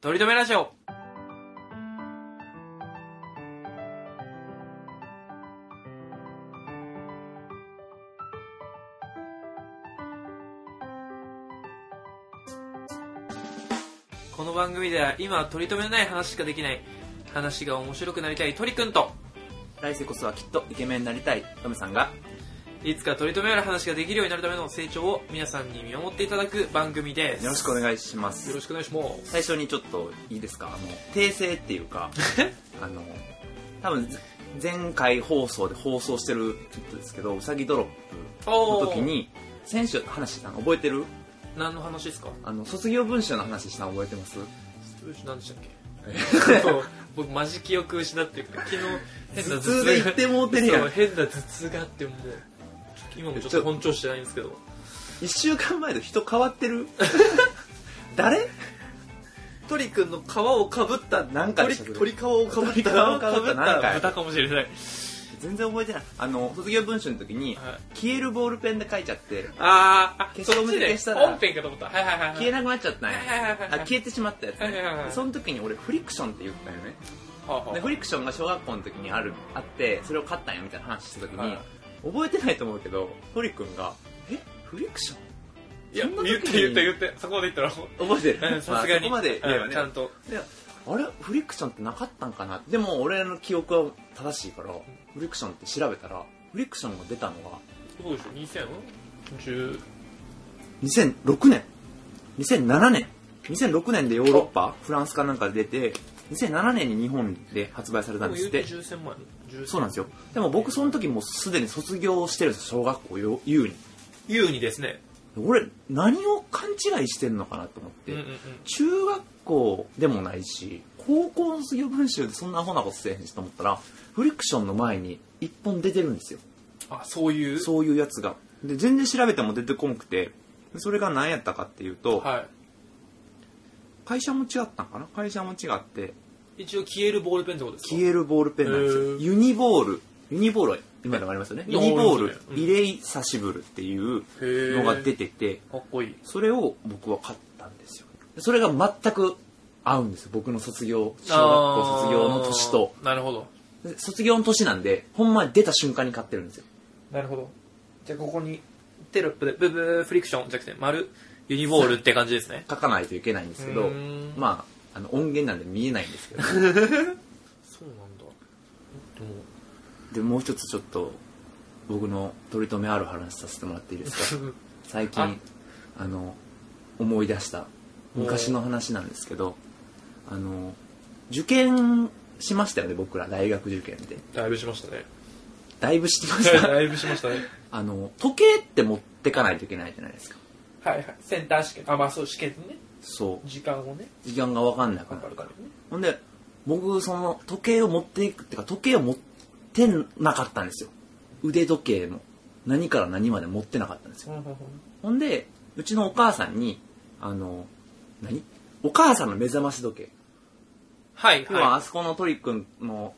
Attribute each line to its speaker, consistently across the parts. Speaker 1: とりとめラジオこの番組では今は取り留めのない話しかできない話が面白くなりたい鳥くんと
Speaker 2: 来世こそはきっとイケメンになりたいトムさんが
Speaker 1: いつか取り留められる話ができるようになるための成長を皆さんに見守っていただく番組です
Speaker 2: よろしくお願いしま
Speaker 1: よろ
Speaker 2: す
Speaker 1: しくお願いします
Speaker 2: 最初にちょっといいですかあの訂正っていう かあの多分前回放送で放送してるちょっとですけどうさぎドロップ
Speaker 1: お
Speaker 2: の
Speaker 1: ー
Speaker 2: 時に選手話したの覚えてる
Speaker 1: 何の話ですか
Speaker 2: あの卒業文集の話したの覚えてます
Speaker 1: 何でしたっけそう僕マジ記憶失ってるから昨日変な頭
Speaker 2: 頭痛
Speaker 1: 痛
Speaker 2: で
Speaker 1: が
Speaker 2: 言ってもうてるや
Speaker 1: そうん変な頭痛があってもう今もちょっと本調子じゃないんですけど
Speaker 2: 1週間前と人変わって る誰
Speaker 1: 鳥くんの皮をかぶった
Speaker 2: なんかでしたっけ
Speaker 1: 鳥皮をかぶった
Speaker 2: 鳥皮をかぶったなんか
Speaker 1: 豚かもしれない、
Speaker 2: 全然覚えてないあの卒業文集の時に
Speaker 1: はい
Speaker 2: 消えるボールペンで書いちゃって
Speaker 1: あーあ
Speaker 2: 消し
Speaker 1: そ
Speaker 2: ゴ
Speaker 1: っ
Speaker 2: ム
Speaker 1: ち
Speaker 2: で
Speaker 1: で
Speaker 2: 消したら
Speaker 1: 本編かと思ったはいはいはい、はい、
Speaker 2: 消えなくなっちゃったんや
Speaker 1: はいはいはいはい
Speaker 2: あ消えてしまったやつね
Speaker 1: はいはいはい
Speaker 2: その時に俺フリクションって言ったよね
Speaker 1: はあはあ
Speaker 2: でフリクションが小学校の時にあるあってそれを買ったんやみたいな話した時に、
Speaker 1: はい
Speaker 2: 覚えてないと思うけどトリくんが「えフリクション?
Speaker 1: いや
Speaker 2: そんな時
Speaker 1: 言って言って言ってそこまで言ったらもう」
Speaker 2: 覚えて
Speaker 1: うん
Speaker 2: る
Speaker 1: さすがに
Speaker 2: まあそこまで言えば
Speaker 1: うん
Speaker 2: ね
Speaker 1: ちゃんと
Speaker 2: であれフリクションってなかったんかなでも俺の記憶は正しいからフリクションって調べたらフリクションが出たのが
Speaker 1: そうでしょ2010
Speaker 2: 2006年2007年2006年でヨーロッパフランスかなんかで出て2007年に日本で発売されたんですって
Speaker 1: 10千万
Speaker 2: そうなんですよでも僕その時もうすでに卒業してるんですよ小学校よ優に
Speaker 1: 優にですね
Speaker 2: 俺何を勘違いしてんのかなと思って、
Speaker 1: うんうんうん
Speaker 2: 中学校でもないし高校の卒業文集でそんなアホなことせえへんしと思ったらフリクションの前に一本出てるんですよ
Speaker 1: あそういう
Speaker 2: そういうやつがで全然調べても出てこんくてそれが何やったかっていうと、
Speaker 1: は
Speaker 2: 会社も違ったんかな会社も違って
Speaker 1: い一応消えるボールペンってことですか
Speaker 2: 消えるボールペンなんですよ
Speaker 1: へー
Speaker 2: ユニボールユニボールは今でもありますよね
Speaker 1: い
Speaker 2: ユ
Speaker 1: や
Speaker 2: ニボー
Speaker 1: あり
Speaker 2: ル
Speaker 1: ますねうん
Speaker 2: リレイサシブルっていうのが出てて
Speaker 1: かっこいい
Speaker 2: それを僕は買ったんですよそれが全く合うんですよ僕の卒業小学校卒業の年と
Speaker 1: あーなるほど
Speaker 2: で卒業の年なんでほんまに出た瞬間に買ってるんですよ
Speaker 1: なるほどじゃあここにテロップでブブーフリクションじゃなくて丸ユニボールって感じですね
Speaker 2: 書かないといけないんですけ
Speaker 1: う
Speaker 2: ど
Speaker 1: ーん
Speaker 2: まああの音源なんで見えないんですけど
Speaker 1: そうなんだ
Speaker 2: でもう一つちょっと僕の取り留めある話させてもらっていいですか
Speaker 1: でも
Speaker 2: 最近
Speaker 1: あ
Speaker 2: あの思い出した昔の話なんですけどあの受験しましたよね僕ら大学受験で
Speaker 1: だいぶしましたね
Speaker 2: だいぶしてま し た
Speaker 1: だいぶしましたね
Speaker 2: あの時計って持ってかないといけないじゃないですか
Speaker 1: はいはいセンター試験あまあそう試験ね
Speaker 2: そう
Speaker 1: 時間をね
Speaker 2: 時間が分かんなくな
Speaker 1: 測
Speaker 2: る
Speaker 1: る
Speaker 2: か
Speaker 1: かららね
Speaker 2: ほんで僕その時計を持っていくっていうか時計を持ってなかったんですよ腕時計も何から何まで持ってなかったんですよほんで、うちのお母さんに、あの、何お母さんの目覚まし時計。
Speaker 1: はい
Speaker 2: 今、は
Speaker 1: はい
Speaker 2: あそこのトリ君の、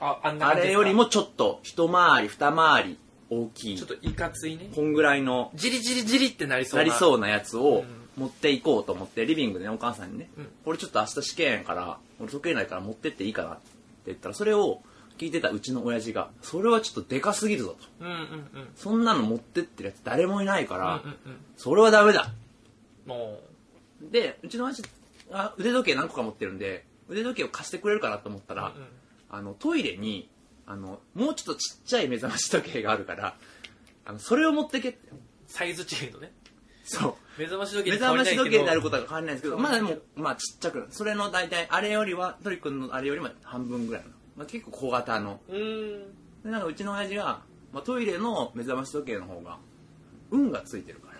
Speaker 1: ああんな
Speaker 2: あ
Speaker 1: 感じですか
Speaker 2: れよりもちょっと、一回り、二回り大きい、
Speaker 1: ちょっといかついね
Speaker 2: こんぐらいの、
Speaker 1: じりじりじりってなりそう
Speaker 2: な
Speaker 1: な
Speaker 2: りそうなやつを
Speaker 1: う
Speaker 2: 持っていこうと思って、リビングでね、お母さんにね、
Speaker 1: うん
Speaker 2: 俺ちょっと明日試験やから、俺時計ないから持ってっていいかなって言ったら、それを聞いてたうちの親父が、それはちょっとでかすぎるぞと。
Speaker 1: うんうんうん
Speaker 2: そんなの持ってってるやつ誰もいないから、
Speaker 1: うんうんうん
Speaker 2: それはダメだ
Speaker 1: も
Speaker 2: でうちの親父あ腕時計何個か持ってるんで腕時計を貸してくれるかなと思った
Speaker 1: う
Speaker 2: ら、
Speaker 1: うんうん
Speaker 2: あのトイレにあのもうちょっとちっちゃい目覚まし時計があるからあのそれを持ってけって
Speaker 1: サイズ違いのね
Speaker 2: そう
Speaker 1: 目覚まし時計
Speaker 2: 目
Speaker 1: に変
Speaker 2: 覚
Speaker 1: わ
Speaker 2: ま
Speaker 1: り
Speaker 2: し
Speaker 1: ないけ
Speaker 2: 時計
Speaker 1: ど
Speaker 2: であることは変わらないんですけど
Speaker 1: 変わ
Speaker 2: まあ
Speaker 1: り
Speaker 2: で
Speaker 1: ない
Speaker 2: もまあちっちゃくなるそれの大体あれよりはトリ君のあれよりも半分ぐらいの、まあ、結構小型の
Speaker 1: うーん
Speaker 2: でなんかうちの親父が、まあ、トイレの目覚まし時計の方が運がついてるから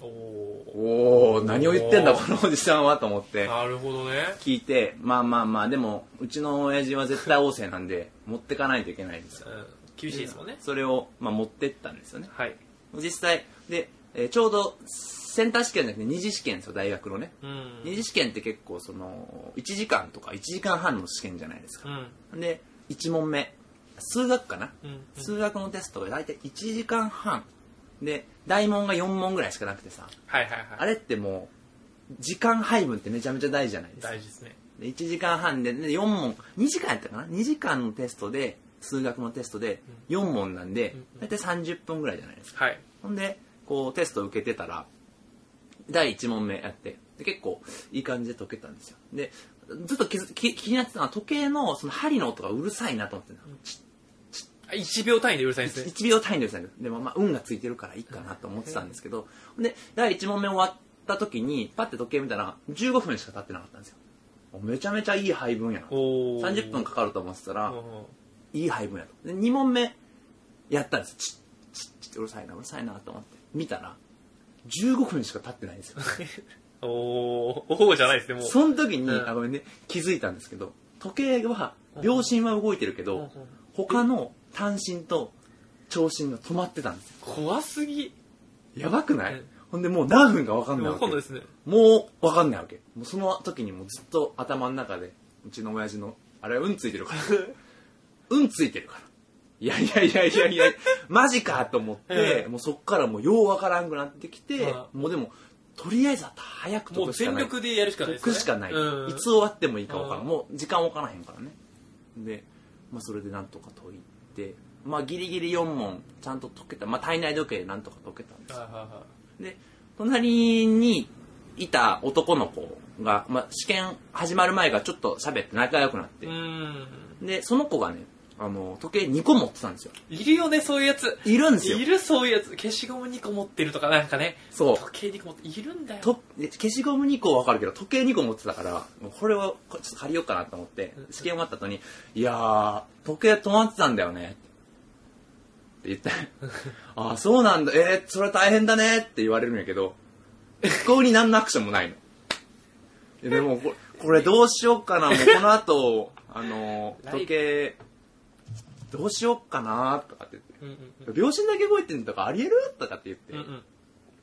Speaker 1: おお
Speaker 2: おお何を言ってんだこのおじさんはと思って
Speaker 1: なるほどね
Speaker 2: 聞いてまあまあまあでもうちの親父は絶対旺盛なんで持ってかないといけないんですよ
Speaker 1: うん厳しいですもんね
Speaker 2: それを、まあ、持ってったんですよね
Speaker 1: はい
Speaker 2: 実際で、えーちょうどセンター試験じゃなくて二次試験ですよ大学のね、
Speaker 1: うん
Speaker 2: 二次試験って結構その1時間とか1時間半の試験じゃないですか
Speaker 1: うん
Speaker 2: で1問目数学かな、
Speaker 1: うん
Speaker 2: 数学のテストが大体1時間半で大問が4問ぐらいしかなくてさ
Speaker 1: はいはいはい
Speaker 2: あれってもう時間配分ってめちゃめちゃ大事じゃないですか
Speaker 1: 大事ですね
Speaker 2: で1時間半でで4問2時間やったかな2時間のテストで数学のテストで4問なんで
Speaker 1: うん
Speaker 2: 大体30分ぐらいじゃないですか
Speaker 1: はい
Speaker 2: ほんでこうテストを受けてたら第1問目やってで結構いい感じで解けたんですよでずっと気づき気になってたのは時計のその針の音がうるさいなと思ってたの
Speaker 1: あ1秒単位でうるさいですね
Speaker 2: 1秒単位でですねでもまあ運がついてるからいいかなと思ってたんですけど、で第1問目終わった時にパッて時計見たら15分しか経ってなかったんですよめちゃめちゃいい配分やな
Speaker 1: おお
Speaker 2: 30分かかると思ってたら、
Speaker 1: お
Speaker 2: いい配分やとで2問目やったんですよチッチッチッってうるさいなうるさいなと思って見たら15分しか経ってないんですよ
Speaker 1: ーおーおーじゃないですねもう
Speaker 2: その時に、
Speaker 1: うん
Speaker 2: あごめんね気づいたんですけど時計は秒針は動いてるけど、
Speaker 1: うんうん
Speaker 2: 他の単針と長針が止まってたんですよ
Speaker 1: 怖すぎ
Speaker 2: やばくない、
Speaker 1: うん
Speaker 2: ほんでもう何分か分かん
Speaker 1: も
Speaker 2: ない
Speaker 1: う
Speaker 2: わけ
Speaker 1: 今度ですね
Speaker 2: もう分かんないわけもうその時にもうずっと頭の中でうちの親父のあれはうんついてる からうんついてるからいやいやいやいやいやマジかと思って、
Speaker 1: う
Speaker 2: もうそっからもうよう分からんくなってきて、
Speaker 1: は
Speaker 2: もうでもとりあえずは早く
Speaker 1: も
Speaker 2: 解
Speaker 1: う
Speaker 2: くしか
Speaker 1: 全
Speaker 2: ない
Speaker 1: 力でやるしかない
Speaker 2: 解
Speaker 1: ですね
Speaker 2: くしかない、
Speaker 1: うん
Speaker 2: いつ終わってもいいか分からん、
Speaker 1: うん
Speaker 2: もう時間分からへんからねで、まあ、それでなんとか解いてまあギリギリ4問ちゃんと解けたまあ体内時計でなんとか解けたんです
Speaker 1: はいはいは
Speaker 2: で隣にいた男の子が、まあ、試験始まる前からちょっと喋って仲良くなっ
Speaker 1: い
Speaker 2: て
Speaker 1: う、ーん
Speaker 2: でその子がねあの時計2個持ってたんですよ
Speaker 1: いるよね、そういうやつ。
Speaker 2: いるんですよ
Speaker 1: いる、そういうやつ。消しゴム2個持ってるとか、なんかね。
Speaker 2: そう
Speaker 1: 時計2個持って、いるんだよ。
Speaker 2: とで消しゴム2個は分かるけど時計2個持ってたからもうこれをこれちょっと借りようかなと思って
Speaker 1: うん
Speaker 2: 試験終わった後に「いやー時計止まってたんだよね」って 言って「ああそうなんだえー、それは大変だね」って言われるんやけど一向に何のアクションもないのででもここれどうしようかなもうこの後あのー時計どうしようかなとかって
Speaker 1: うんうん
Speaker 2: 言って秒針だけ動いてんのとかありえるとかって言って、
Speaker 1: うん。うん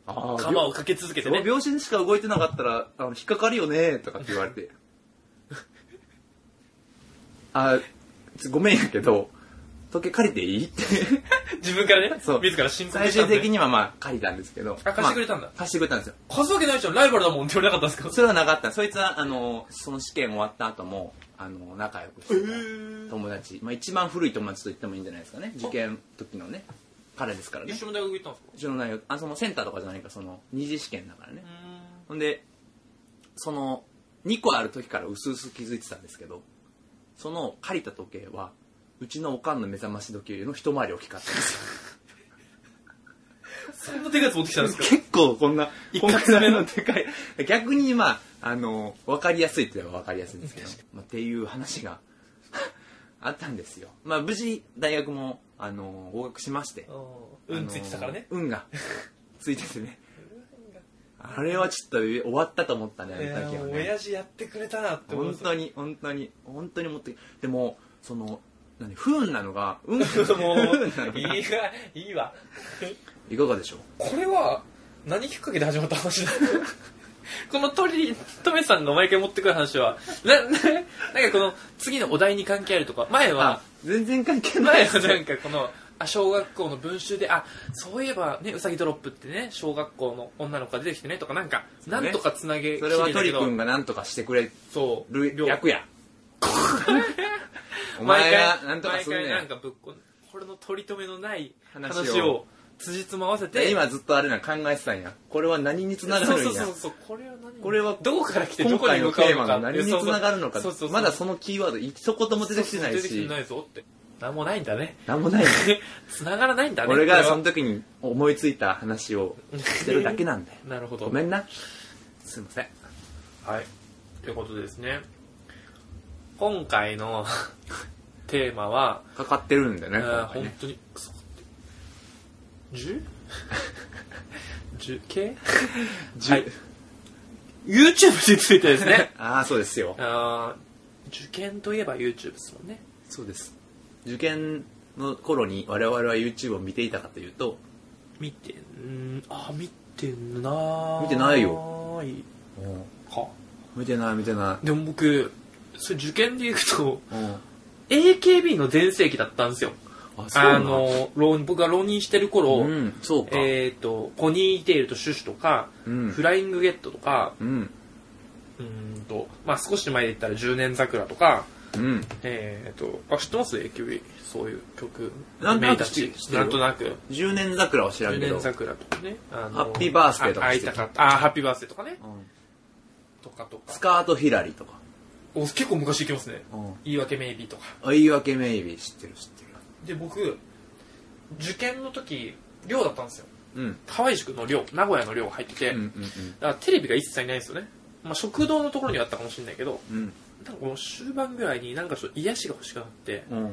Speaker 2: あ
Speaker 1: う
Speaker 2: あ
Speaker 1: ん。釜をかけ続けて
Speaker 2: そう
Speaker 1: ね。
Speaker 2: 秒針しか動いてなかったらあの引っかかるよねとかって言われ てあごめんやけど時計借りてい いって
Speaker 1: 自分からね、
Speaker 2: そう
Speaker 1: 自ら申告
Speaker 2: 最
Speaker 1: した
Speaker 2: 終
Speaker 1: んで。
Speaker 2: 的にはまあ借りたんですけど
Speaker 1: あ貸してくれたんだ
Speaker 2: まあ貸してくれたんですよ
Speaker 1: 貸すわけないじゃん、ライバルだもんって言われなかったんですか
Speaker 2: それはなかったそいつはあのその試験終わった後もあの仲良くしてた
Speaker 1: ー
Speaker 2: 友達、まあ、一番古い友達と言ってもいいんじゃないですかね受験時のね彼ですからね
Speaker 1: 一緒の大学行ったんですか
Speaker 2: うちの内容あそのセンターとかじゃないからその二次試験だからね
Speaker 1: う
Speaker 2: ほんで、その、2個ある時から薄々気づいてたんですけど、その借りた時計は、うちのおかんの目覚まし時計よりの一回り大きかったん ですよ。
Speaker 1: ーん。そんなでかいやつ持ってきたんですか
Speaker 2: 結構こんな、
Speaker 1: 一
Speaker 2: こん
Speaker 1: 括
Speaker 2: な
Speaker 1: 目
Speaker 2: のでかい。逆にまあ、あの、わかりやすいって言えばわかりやすいんですけど、まあ、っていう話が あったんですよ。まあ無事、大学も、あの、合格しまして。
Speaker 1: うんうん、ついてたからね。
Speaker 2: あの 運がついててね。あれはちょっと終わったと思ったね、あ
Speaker 1: い
Speaker 2: の
Speaker 1: や
Speaker 2: 時
Speaker 1: も
Speaker 2: は
Speaker 1: う
Speaker 2: ね。
Speaker 1: 親父やってくれたなって思うん
Speaker 2: 本
Speaker 1: ですよ
Speaker 2: 当に本当に本当に持ってでもその何不運なのが 運
Speaker 1: も
Speaker 2: 不運な の
Speaker 1: う、いい
Speaker 2: が
Speaker 1: わ、いいわ。
Speaker 2: いかがでしょう
Speaker 1: これは何きっかけで始まった話だ この鳥とめさんが毎回持ってくる話はなななんかこの次のお題に関係あるとか前は
Speaker 2: あ全然関係 ない
Speaker 1: 前
Speaker 2: です
Speaker 1: は
Speaker 2: ね
Speaker 1: なんかこのあ小学校の文集であそういえばねうさぎドロップってね小学校の女の子が出てきてねとかなんか、
Speaker 2: う
Speaker 1: なん
Speaker 2: ね
Speaker 1: とかつなげ
Speaker 2: それは
Speaker 1: きれいだけ
Speaker 2: 鳥
Speaker 1: ど
Speaker 2: くんが何とかしてくれ
Speaker 1: そう
Speaker 2: る
Speaker 1: 秒
Speaker 2: 役やお前
Speaker 1: 毎
Speaker 2: が
Speaker 1: 回
Speaker 2: 何とかすん
Speaker 1: 毎回
Speaker 2: ね
Speaker 1: なん
Speaker 2: ん
Speaker 1: かぶっここれの取り留めのない
Speaker 2: 話を
Speaker 1: 話を辻褄合わせて
Speaker 2: で今ずっとあれなん考えてたんやこれは何につなが
Speaker 1: そう
Speaker 2: る
Speaker 1: そう
Speaker 2: んや
Speaker 1: そうそうこれは何
Speaker 2: これは
Speaker 1: どこから来てど
Speaker 2: 今
Speaker 1: こに
Speaker 2: 回
Speaker 1: 向かうの
Speaker 2: のテーマ
Speaker 1: か
Speaker 2: が何につながるのか
Speaker 1: そうそうそう
Speaker 2: まだそのキーワード一言も出てきてない
Speaker 1: そうそう出てき
Speaker 2: して
Speaker 1: ないぞって何もないんだね
Speaker 2: 何もないの
Speaker 1: 繋がらないんだね
Speaker 2: 俺が
Speaker 1: これは
Speaker 2: その時に思いついた話をしてるだ けなんだよ
Speaker 1: なるほど
Speaker 2: ごめんなすいません
Speaker 1: はいということでですね今回の テーマは、
Speaker 2: かかってるんだよね
Speaker 1: えー
Speaker 2: 今回
Speaker 1: 本
Speaker 2: ね
Speaker 1: 当にクソ って10 系
Speaker 2: 10
Speaker 1: YouTube についてですね
Speaker 2: ああそうですよ
Speaker 1: あー受験といえば YouTube ですもんね
Speaker 2: そうです受験の頃に我々は YouTube を見ていたかというと
Speaker 1: 見てんあ見てない
Speaker 2: 見てない
Speaker 1: か
Speaker 2: 見てない見てな
Speaker 1: でも僕それ受験で行くと
Speaker 2: い、うん、
Speaker 1: AKB の全盛期だったんですよ
Speaker 2: あそうな
Speaker 1: あ
Speaker 2: の
Speaker 1: の浪僕が浪人してる頃、
Speaker 2: うんそうか、
Speaker 1: えっ、とポニーテールとシュシュとか、
Speaker 2: うん
Speaker 1: フライングゲットとか
Speaker 2: うん
Speaker 1: うーんと、まあ少し前で言ったら十年桜とか、
Speaker 2: うん。
Speaker 1: えー、と、あ、知ってます ?AKB、そういう曲。
Speaker 2: なんとなく知
Speaker 1: 名
Speaker 2: って
Speaker 1: たち
Speaker 2: る知ってる
Speaker 1: なんとなく。
Speaker 2: 10年桜は知ら
Speaker 1: 十
Speaker 2: んけど
Speaker 1: 年。桜とかね。あ
Speaker 2: ハッピーバースデーとか
Speaker 1: あ
Speaker 2: 知
Speaker 1: 会
Speaker 2: っ
Speaker 1: い
Speaker 2: てる
Speaker 1: たかった。あ、ハッピーバースデーとかね。
Speaker 2: うん
Speaker 1: とかとか
Speaker 2: ス。カートヒラリとか。
Speaker 1: お結構昔行きますね。
Speaker 2: うん
Speaker 1: 言い訳メイビーとか。
Speaker 2: あ言い訳メイビー知ってる知って
Speaker 1: で、僕、受験の時、寮だったんですよ。
Speaker 2: る。うん。
Speaker 1: 河合宿の寮、名古屋の寮入ってて、
Speaker 2: うん
Speaker 1: だからテレビが一切ないんですよね。まあ食堂のところにはあったかもしれないけど、
Speaker 2: うんうん。
Speaker 1: なんかもう終盤ぐらいになんかちょっと癒しが欲しくなって、
Speaker 2: うん。うん。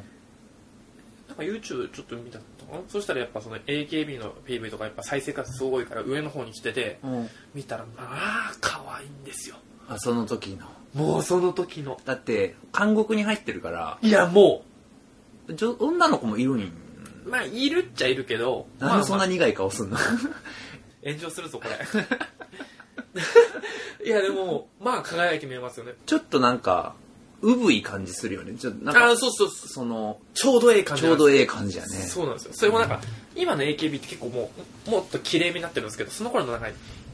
Speaker 1: なんか YouTube ちょっと見たのかなそしたらやっぱその AKB の PV とかやっぱ再生回数すごいから上の方に来てて、
Speaker 2: うん。
Speaker 1: 見たらまあ可愛いんですよ。
Speaker 2: あ、その時の。
Speaker 1: もうその時の。
Speaker 2: だって、監獄に入ってるから、
Speaker 1: いやも
Speaker 2: 女女の子もいるん。
Speaker 1: う、まあいるっちゃいるけど、
Speaker 2: なん
Speaker 1: まあ
Speaker 2: でそんな苦い顔すんの
Speaker 1: 炎上するぞこ れ。いやでも、まあ輝いて見えますよね。
Speaker 2: ちょっとなんか、うぶい感じするよね。ちょっとなん
Speaker 1: あ
Speaker 2: か、
Speaker 1: あ、そうそうそう。
Speaker 2: その、
Speaker 1: ちょうどええ感じ
Speaker 2: ち
Speaker 1: なん
Speaker 2: ょう
Speaker 1: ですよ
Speaker 2: どええ感じやね。
Speaker 1: そうなんですよ。それもなんか、今の AKB って結構もう、もっと綺麗めになってるんですけど、その頃のなんか、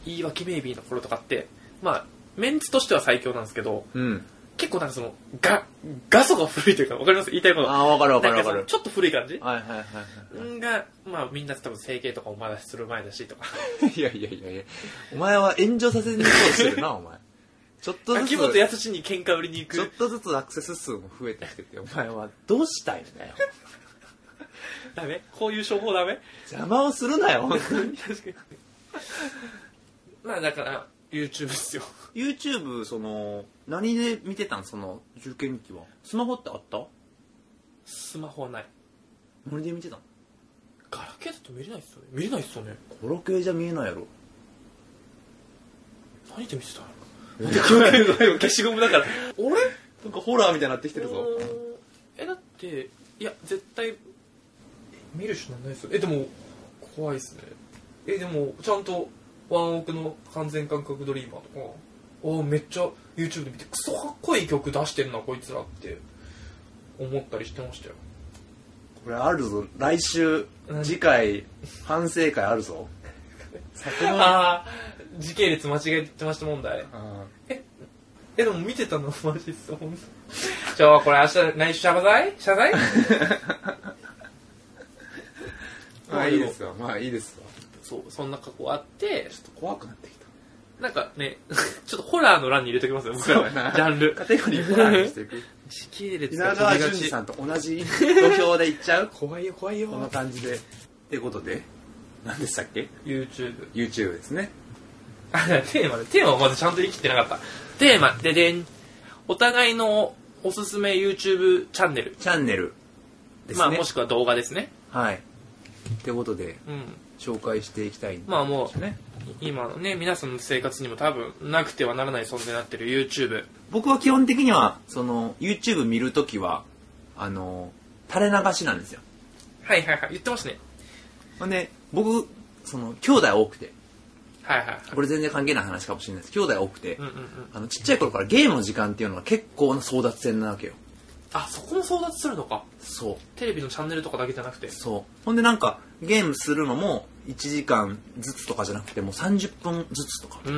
Speaker 1: 言い訳メイビーの頃とかって、まあ、メンツとしては最強なんですけど、
Speaker 2: うん。
Speaker 1: 結構なんかその、が、画素が古いというか、わかります言いたいこと。
Speaker 2: あー、わかるわかる
Speaker 1: なんか
Speaker 2: わか
Speaker 1: その
Speaker 2: る。
Speaker 1: ちょっと古い感じ
Speaker 2: はいはいはいは
Speaker 1: が、まあみんな多分整形とかもまだする前だし とか。
Speaker 2: い。いやいやいやいや。お前は炎上させに行こうとしてるな、お前。ちょっとずつ、
Speaker 1: 秋元康に喧嘩売りに行
Speaker 2: ちょっ
Speaker 1: く。
Speaker 2: とずつアクセス数も増えてきてて、お前はどうしたいんだよ。
Speaker 1: ダメこういう商法ダメ
Speaker 2: 邪魔をするなよ、本当に
Speaker 1: 確かに。まあだから、YouTube ですよ。
Speaker 2: YouTube その何で見てたんその受験期はスマホってあった
Speaker 1: スマホはない。
Speaker 2: 何で見てたの
Speaker 1: ガラケーだと見れないっすよね。見れないっすよね。
Speaker 2: コロケじゃ見えないやろ
Speaker 1: 何で見てたの消しゴムだから。俺
Speaker 2: なんかホラーみたいになってきて
Speaker 1: え、だって、いや、絶対、え見るしなんないっすよ。え、でも、怖いっすね。え、でも、ちゃんと、ワンオクの完全感覚ドリーマーとか、ああ、めっちゃ YouTube で見て、クソかっこいい曲出してんな、こいつらって、思ったりしてましたよ。
Speaker 2: これあるぞ来週
Speaker 1: うん
Speaker 2: 次回反省会あるぞ里 の
Speaker 1: ああ、時系列間違えてました問題。
Speaker 2: あ
Speaker 1: え、でも見てたの マジっすよ、ほんと。じゃあ、これ明日、内緒謝罪謝 罪
Speaker 2: ーまあいいですよまあいいですよ
Speaker 1: そう、そんな過去あって、
Speaker 2: ちょっと怖くなってきた
Speaker 1: なんかね、 ちょっとホラーの欄に入れときますよ、僕ら。ジャンル。
Speaker 2: カテゴリーホラーにしていく
Speaker 1: 時系列
Speaker 2: 稲川淳二さんと同 じ土俵でいっちゃう
Speaker 1: 怖いよ、怖いよ
Speaker 2: こ。の感じでってことで何でしたっけ
Speaker 1: YouTube。
Speaker 2: YouTube ですね
Speaker 1: あ、テーマで、テーマをまずちゃんと言い切ってなかった。テーマ、ででん。お互いのおすすめ YouTube チャンネル。
Speaker 2: チャンネルですね、
Speaker 1: まあ、もしくは動画ですね。
Speaker 2: はい。ってことで、
Speaker 1: うん。
Speaker 2: 紹介していきたいん
Speaker 1: まあも
Speaker 2: ですね。
Speaker 1: う、今のね、皆さんの生活にも多分、なくてはならない存在になってる YouTube。
Speaker 2: 僕は基本的には、その、YouTube 見るときは、あの、垂れ流しなんですよ。
Speaker 1: はいはいはい。言ってましたね。
Speaker 2: ほんで、僕、その、兄弟多くて、
Speaker 1: はいはいはい。
Speaker 2: これ全然関係ない話かもしれないです。兄弟多くて
Speaker 1: うん、うんうん。
Speaker 2: あの、ちっちゃい頃からゲームの時間っていうのが結構な争奪戦なわけよ。
Speaker 1: あ、そこも争奪するのか。
Speaker 2: そう。
Speaker 1: テレビのチャンネルとかだけじゃなくて。
Speaker 2: そう。ほんでなんか、ゲームするのも、1時間ずつとかじゃなくて、もう30分ずつとか。
Speaker 1: うー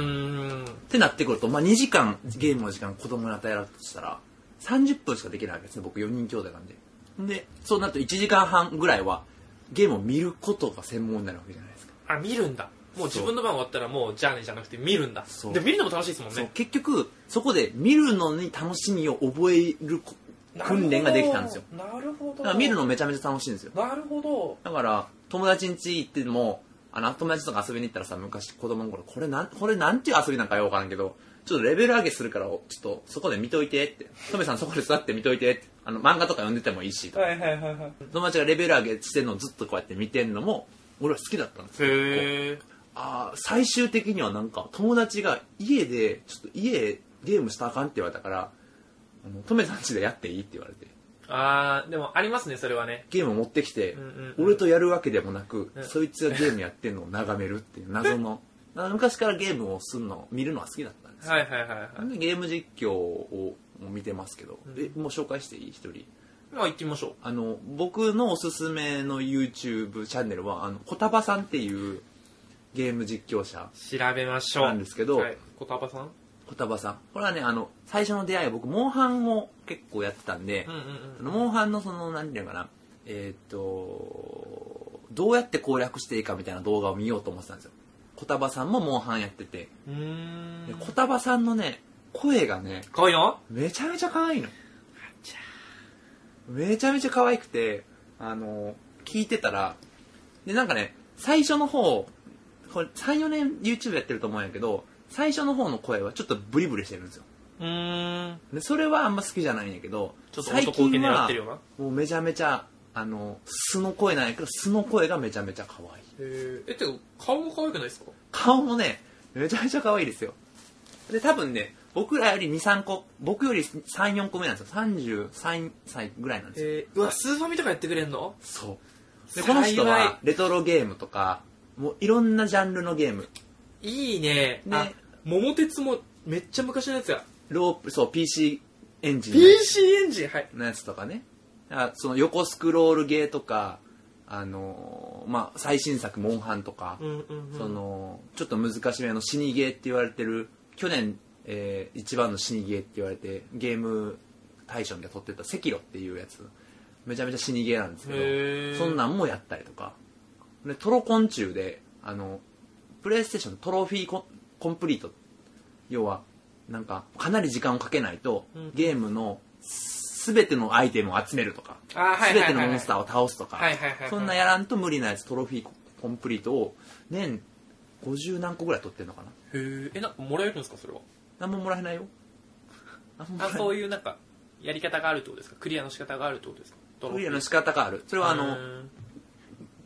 Speaker 1: ん。
Speaker 2: ってなってくると、まあ、2時間ゲームの時間子供に与えられたとしたら30分しかできないわけですね僕4人兄弟なんででそうなると1時間半ぐらいはゲームを見ることが専門になるわけじゃないですか、
Speaker 1: あ、見るんだ。もう自分の番終わったらもう、じゃあねじゃなくて見るんだ
Speaker 2: そ。う
Speaker 1: で、見るのも楽しいですもん
Speaker 2: そう
Speaker 1: ね。
Speaker 2: 結局そこで見るのに楽しみを覚えるこ訓練ができたんですよ。
Speaker 1: なるほ
Speaker 2: だ
Speaker 1: ど。
Speaker 2: から見るのめちゃめちゃ楽しいんですよ
Speaker 1: なるほど。
Speaker 2: だから友達ん家行ってもあの友達とか遊びに行ったらさ昔子供の頃これなんこれなんていう遊びなんかよくわからんけどちょっとレベル上げするからちょっとそこで見といてってトメさんそこで座って見といてってあの漫画とか読んでてもいいしと
Speaker 1: はいはいはいはい。
Speaker 2: 友達がレベル上げしてんのをずっとこうやって見てんのも俺は好きだったんですよ
Speaker 1: へえ。
Speaker 2: あー最終的にはなんか友達が家でちょっと家でゲームしたらあかんって言われたからあのトメさん家でやっていいって言われて
Speaker 1: あー、でもありますね、それはね。
Speaker 2: ゲームを持ってきて、
Speaker 1: うんうんうん
Speaker 2: 俺とやるわけでもなく、
Speaker 1: うん
Speaker 2: そいつがゲームやってんのを 眺めるっていう謎のあの昔からゲームをするの見るのは好きだったんですよ
Speaker 1: はいはいはいはい。
Speaker 2: でゲーム実況を見てますけど、
Speaker 1: うん
Speaker 2: えもう紹介していい一人
Speaker 1: まあ行ってみましょう。
Speaker 2: あの僕のおすすめの YouTube チャンネルはあのコタバさんっていうゲーム実況者
Speaker 1: 調べましょう。
Speaker 2: なんですけど、
Speaker 1: はい。小田場さん
Speaker 2: コ双葉さん。これはね、あの、最初の出会いは僕、モンハンを結構やってたんで、
Speaker 1: うんうん
Speaker 2: そのモンハンのその、なんていうのかな、えーっと、どうやって攻略していいかみたいな動画を見ようと思ってたんですよ。小束さんもモンハンやってて、
Speaker 1: うん。う
Speaker 2: で
Speaker 1: ーん。
Speaker 2: 小束さんのね、声がね、
Speaker 1: かわいいな
Speaker 2: めちゃめちゃ可愛いの。めちゃめちゃ可愛くて、あの、聞いてたら、で、なんかね、最初の方、これ3、4年 YouTube やってると思うんやけど、最初の方の声はちょっとブリブリしてるんですよ。
Speaker 1: うーん。
Speaker 2: で、それはあんま好きじゃないんやけど、
Speaker 1: ちょっと男受け狙ってるよな。へ
Speaker 2: もうめちゃめちゃ、あの、素の声なんやけど、素の声がめちゃめちゃ可愛い。
Speaker 1: え、え、ってか、顔も可愛くないですか
Speaker 2: 顔もね、めちゃめちゃ可愛いですよ。で、多分ね、僕らより2、3個、僕より3、4個目なんですよ。33歳ぐらいなんですよ。
Speaker 1: えー、うわ、スーファミとかやってくれんの
Speaker 2: そう。で、この人は
Speaker 1: 幸、
Speaker 2: レトロゲームとか、もういろんなジャンルのゲーム。
Speaker 1: いいね。
Speaker 2: ね
Speaker 1: あ、桃鉄もめっちゃ昔のやつや。
Speaker 2: ロープ、そう、PC エンジンのや
Speaker 1: PC エンジンはい。
Speaker 2: つのやつとかね。あその横スクロールゲーとか、あのーまあ、最新作、モンハンとか、
Speaker 1: うんうんうん。
Speaker 2: そのちょっと難しめの死にゲーって言われてる去年、えー一番の死にゲーって言われてゲーム大賞で取ってた「セキロ」っていうやつめちゃめちゃ死にゲーなんです
Speaker 1: へ
Speaker 2: け
Speaker 1: ー
Speaker 2: どそんなんもやったりとかでトロ昆虫であのプレイステーションのトロフィーコンコンプリート要はなんかかなり時間をかけないと
Speaker 1: うん
Speaker 2: ゲームの全てのアイテムを集めるとか
Speaker 1: あーはいはいは
Speaker 2: 全
Speaker 1: いは
Speaker 2: て
Speaker 1: い
Speaker 2: のモンスターを倒すとか
Speaker 1: はいはいはいはい
Speaker 2: そんなやらんと無理なやつトロフィーコンプリートを年50何個ぐらい取ってんのかな
Speaker 1: へーえ、なんかもらえるんですかそれは。
Speaker 2: 何ももらえないよ何ももら
Speaker 1: あ、
Speaker 2: えない
Speaker 1: そういうなんか、やり方があるってことですかクリアの仕方があるってことですかト
Speaker 2: クリア
Speaker 1: の
Speaker 2: の仕方があるそれはあの
Speaker 1: の、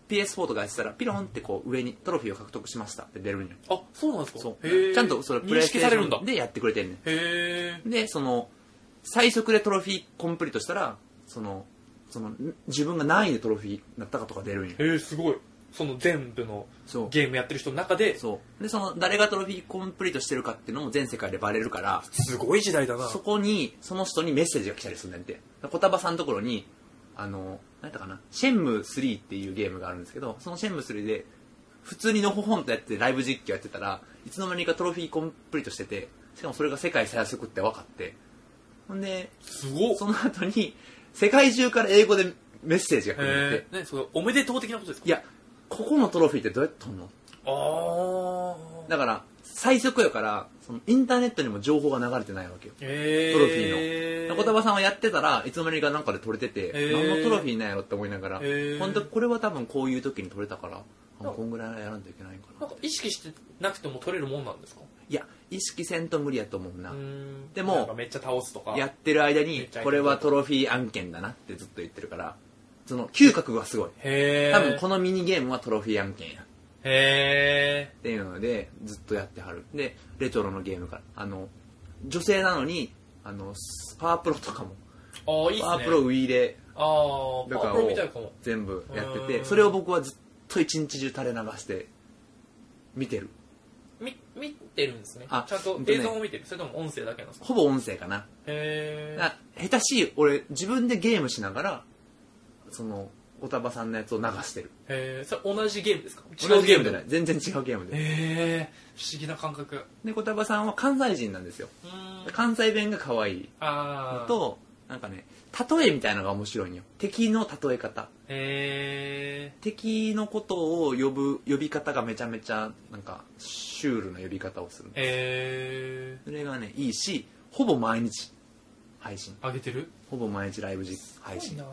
Speaker 2: PS4 とかやってたらピロンってこう上にトロフィーを獲得しましたって出るんよ
Speaker 1: あ、そうなんですか
Speaker 2: そう
Speaker 1: へー
Speaker 2: ちゃんとそれプレ
Speaker 1: 認
Speaker 2: イス
Speaker 1: 識
Speaker 2: テー
Speaker 1: さ
Speaker 2: シ
Speaker 1: れるんだ
Speaker 2: ョン。でやってくれてんねん
Speaker 1: へ
Speaker 2: でその最速でトロフィーコンプリートしたらそのその自分が何位でトロフィーになったかとか出るんよ
Speaker 1: え。へえ、すごい。その全部の
Speaker 2: そう
Speaker 1: ゲームやってる人の中で、
Speaker 2: そうでその誰がトロフィーコンプリートしてるかっていうのも全世界でバレるから
Speaker 1: すごい時代だな。
Speaker 2: そこにその人にメッセージが来たりするんだって小束さんのところにあの何やったかな「シェンム3」っていうゲームがあるんですけどその「シェンム3」で普通にのほほんとやっててライブ実況やってたらいつの間にかトロフィーコンプリートしててしかもそれが世界最速って分かってほんです
Speaker 1: ごっ
Speaker 2: その後に世界中から英語でメッセージが来るんだっ
Speaker 1: へ
Speaker 2: て
Speaker 1: え。ね、そのおめでとう的なことですか
Speaker 2: いやここのトロフィーってどうやって取んの
Speaker 1: ああ。
Speaker 2: だから最速やからそのインターネットにも情報が流れてないわけよ
Speaker 1: へえ。
Speaker 2: トロフィーの。小
Speaker 1: は
Speaker 2: 玉さんはやってたらいつの間にかなんかで取れてて、
Speaker 1: へー
Speaker 2: 何のトロフィーなんやろって思いながら、
Speaker 1: へー
Speaker 2: 本当これは多分こういう時に取れたから、あこんぐらいはやらんといけないんか
Speaker 1: な
Speaker 2: な。
Speaker 1: んか意識してなくても取れるもんなんですか
Speaker 2: いや、意識せんと無理やと思うな
Speaker 1: う。ん
Speaker 2: でも
Speaker 1: なんかめっちゃ倒すとか。
Speaker 2: やってる間
Speaker 1: めっ
Speaker 2: に
Speaker 1: ちゃいい、
Speaker 2: これはトロフィー案件だなってずっと言ってるから、その嗅覚がすごい。
Speaker 1: へえ。
Speaker 2: 多分このミニゲームはトロフィー案件や。
Speaker 1: へ
Speaker 2: っていうのでずっとやってはるでレトロのゲームからあの女性なのにあのスパワープロとかも
Speaker 1: え。ああ、いいっすね。
Speaker 2: パワープロウィーレ
Speaker 1: ああ、パ
Speaker 2: と
Speaker 1: ワー
Speaker 2: か
Speaker 1: プロ
Speaker 2: を
Speaker 1: みたいかも。
Speaker 2: 全部やって
Speaker 1: う
Speaker 2: て
Speaker 1: ん
Speaker 2: それを僕はずっと一日中垂れ流して見てる
Speaker 1: み、見てるんですね。
Speaker 2: あ
Speaker 1: ちゃんと
Speaker 2: ほんとね
Speaker 1: 映像も見てる。それとも音声だけなんですか
Speaker 2: ほぼ音声かな
Speaker 1: へえ。
Speaker 2: だ下手しい俺自分でゲームしながらそのおたばさんのやつを流してる
Speaker 1: へえ。それ同じゲームですか
Speaker 2: 同じゲームじゃない
Speaker 1: い。
Speaker 2: 全然違うゲームで
Speaker 1: へえ。不思議な感覚。う
Speaker 2: でこたばさんは関西人なんですよ
Speaker 1: ーん。
Speaker 2: 関西弁が可愛い
Speaker 1: ああ。
Speaker 2: となんかね例えみたいなのが面白いんよ敵の例え方
Speaker 1: へえ。
Speaker 2: 敵のことを呼ぶ呼び方がめちゃめちゃなんかシュールな呼び方をする
Speaker 1: え
Speaker 2: それがねいいしほぼ毎日配信
Speaker 1: ー、上げてる
Speaker 2: ほぼ毎日ライブ実配信
Speaker 1: な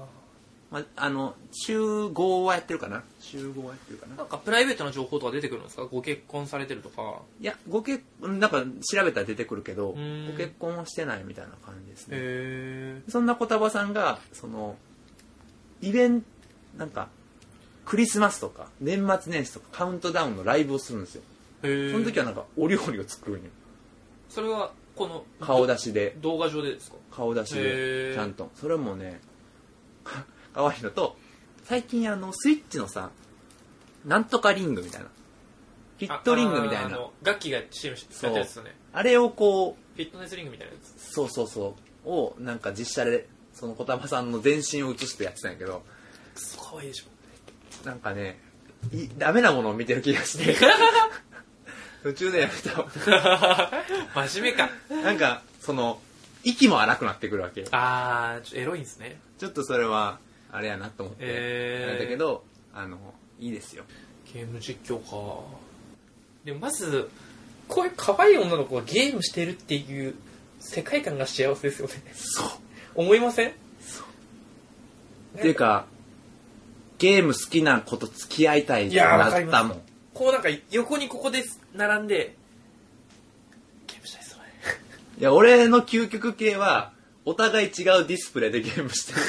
Speaker 2: まあ、あの週5はやってるかな週5はやってるかな
Speaker 1: なんかプライベートな情報とか出てくるんですかご結婚されてるとか
Speaker 2: いやご結うんなんか調べたら出てくるけど
Speaker 1: ん
Speaker 2: ご結婚はしてないみたいな感じですね
Speaker 1: へ
Speaker 2: そんな小束さんがそのイベントなんかクリスマスとか年末年始とかカウントダウンのライブをするんですよ
Speaker 1: えへえ
Speaker 2: その時はなんかお料理を作るんよ
Speaker 1: それはこの
Speaker 2: 顔出しで
Speaker 1: 動画上でですか
Speaker 2: 顔出し
Speaker 1: へー
Speaker 2: でちゃんとそれもね 可愛いのと最近あのスイッチのさなんとかリングみたいなフィットリングみたい
Speaker 1: ああ
Speaker 2: なあ
Speaker 1: の楽器が CM してたやつですよね
Speaker 2: れをこう
Speaker 1: フィットネスリングみたいなやつ
Speaker 2: そうそうそうをなんか実写でその小玉さんの全身を映してやってたんやけど
Speaker 1: クソ可 愛いでしょ
Speaker 2: なんかねいダメなものを見てる気がして
Speaker 3: 途中でやめた。
Speaker 1: 真面目か。
Speaker 3: なんか、その、息も荒くなってくるわけよ。
Speaker 1: あー、ちょエロいんですね。
Speaker 3: ちょっとそれは、あれやなと思って。
Speaker 1: えー
Speaker 3: なんだけど、あの、いいですよ。
Speaker 1: ゲーム実況か。でもまず、こういう可愛い女の子がゲームしてるっていう世界観が幸せですよね。
Speaker 2: そう。
Speaker 1: 思いません
Speaker 2: っていうか、ゲーム好きな子と付き合いたい
Speaker 1: い
Speaker 2: って
Speaker 1: やー
Speaker 2: な
Speaker 1: わかり
Speaker 2: っ
Speaker 1: ま
Speaker 2: た
Speaker 1: す
Speaker 2: もん。
Speaker 1: こうなんか横にここで並んで、ゲームしたいっすね。
Speaker 2: い
Speaker 3: いや、俺の究極系は、お互い違うディスプレイでゲームして る。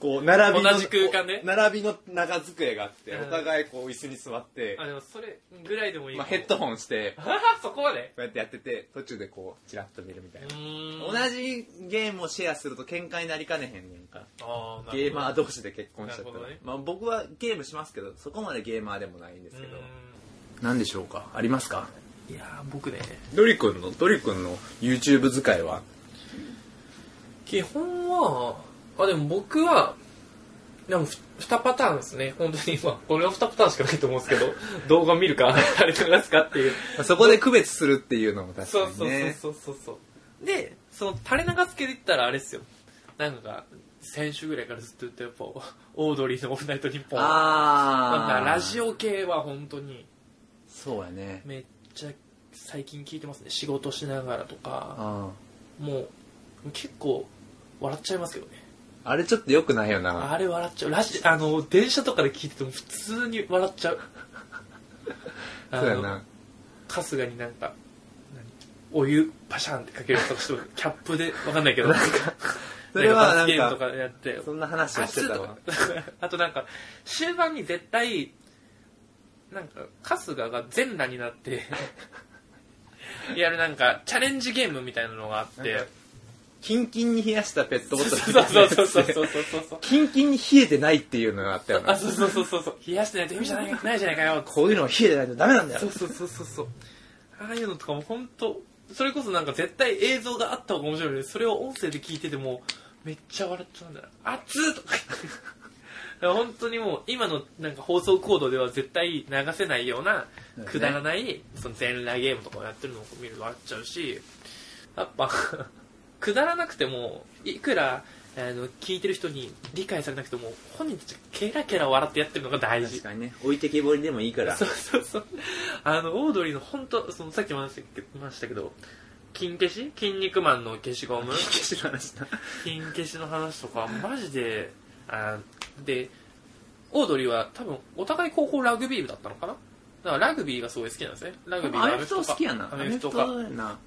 Speaker 3: こう、並びの。
Speaker 1: 同じ空間ね
Speaker 3: こう並びの長机があって、
Speaker 1: うん
Speaker 3: お互いこう、椅子に座って
Speaker 1: あ、、でもそれぐらいでもいい。
Speaker 3: まあ、ヘッドホンして、こ
Speaker 1: あはは そこまで
Speaker 3: うやってやってて、途中でこう、チラッと見るみたいうな。
Speaker 1: ーん。
Speaker 3: 同じゲームをシェアすると喧嘩になりかねへんねんか。
Speaker 1: あ
Speaker 3: ゲー
Speaker 1: ー
Speaker 3: マー同士で結婚しちゃった
Speaker 1: なる
Speaker 3: ら、
Speaker 1: ほどね
Speaker 3: まあ僕はゲームしますけどそこまでゲーマーでもないんですけど
Speaker 2: なんでしょうかありますか
Speaker 1: いやー僕ね
Speaker 3: ドリ君のドリ君の YouTube 使いは
Speaker 1: 基本はあでも僕はでもふ2パターンですね本当に今 これは2パターンしかないと思うんですけど動画見るかあれ流すかっていう
Speaker 3: まあそこで区別するっていうのも確
Speaker 1: そう
Speaker 3: か
Speaker 1: そう
Speaker 3: にね
Speaker 1: そうそうそうそうでその垂れ流す系で言ったらあれですよなんか先週ぐらいからずっと言ったやっぱオードリーの「オールナイトニッポン」な
Speaker 2: あ
Speaker 1: ん
Speaker 2: ー。
Speaker 1: かラジオ系は本当に
Speaker 2: そうやね。
Speaker 1: めっちゃ最近聞いてますね仕事しながらとか
Speaker 2: あ
Speaker 1: もう結構笑っちゃいますけどね
Speaker 3: あれちょっと良くないよな
Speaker 1: あれ笑っちゃうラジあの電車とかで聞いてても普通に笑っちゃう あ
Speaker 3: そうや
Speaker 1: の
Speaker 3: な
Speaker 1: 春日になんか何お湯パシャンってかけるとかしてもキャップでわかんないけど
Speaker 3: それはなんか
Speaker 1: ゲームとかやって
Speaker 3: そんな話をしてたわ
Speaker 1: 熱とかあとなんか終盤に絶対なんか春日が全裸になって やるなんかチャレンジゲームみたいなのがあっ
Speaker 3: な
Speaker 1: て
Speaker 3: んかキンキンに冷やしたペットボトル
Speaker 1: そうそうそうそうそうそうそう
Speaker 3: キンキンに冷えてないっていうのがあったよ
Speaker 1: あ
Speaker 3: な
Speaker 1: そうそうそうそうそう冷やしてないと意味じゃないないじゃないかよ
Speaker 3: こういうのは冷えてないとダメなんだよ
Speaker 1: そうそうそうそうそうああいうのとかも本当それこそなんか絶対映像があった方が面白いのでそれを音声で聞いててもめっちゃ笑っちゃうんだよな熱っとか言ってだから本当にもう今のなんか放送コードでは絶対流せないようなくだらないその全裸ゲームとかをやってるのを見ると笑っちゃうしやっぱくだらなくてもいくらあの聞いてる人に理解されなくても本人たちがケラケラ笑ってやってるのが大事
Speaker 2: 確かにね。置いてけぼりでもいいから
Speaker 1: そう。そうそう。あの、オードリーの本当そのさっきも話してましたけど、金消し筋肉マンの消しゴ ム
Speaker 3: 消しの話だ
Speaker 1: 金消しの話とか、マジで、あで、オードリーは多分、お互い高校ラグビー部だったのかなだからラグビーがすごい好きなんですね。ラグビー
Speaker 2: アメ
Speaker 1: の
Speaker 2: フト好きやな。
Speaker 1: ア
Speaker 2: ア
Speaker 1: メ
Speaker 2: メ
Speaker 1: フ
Speaker 2: フ
Speaker 1: ト
Speaker 2: ト
Speaker 1: か。
Speaker 2: やな。
Speaker 1: だか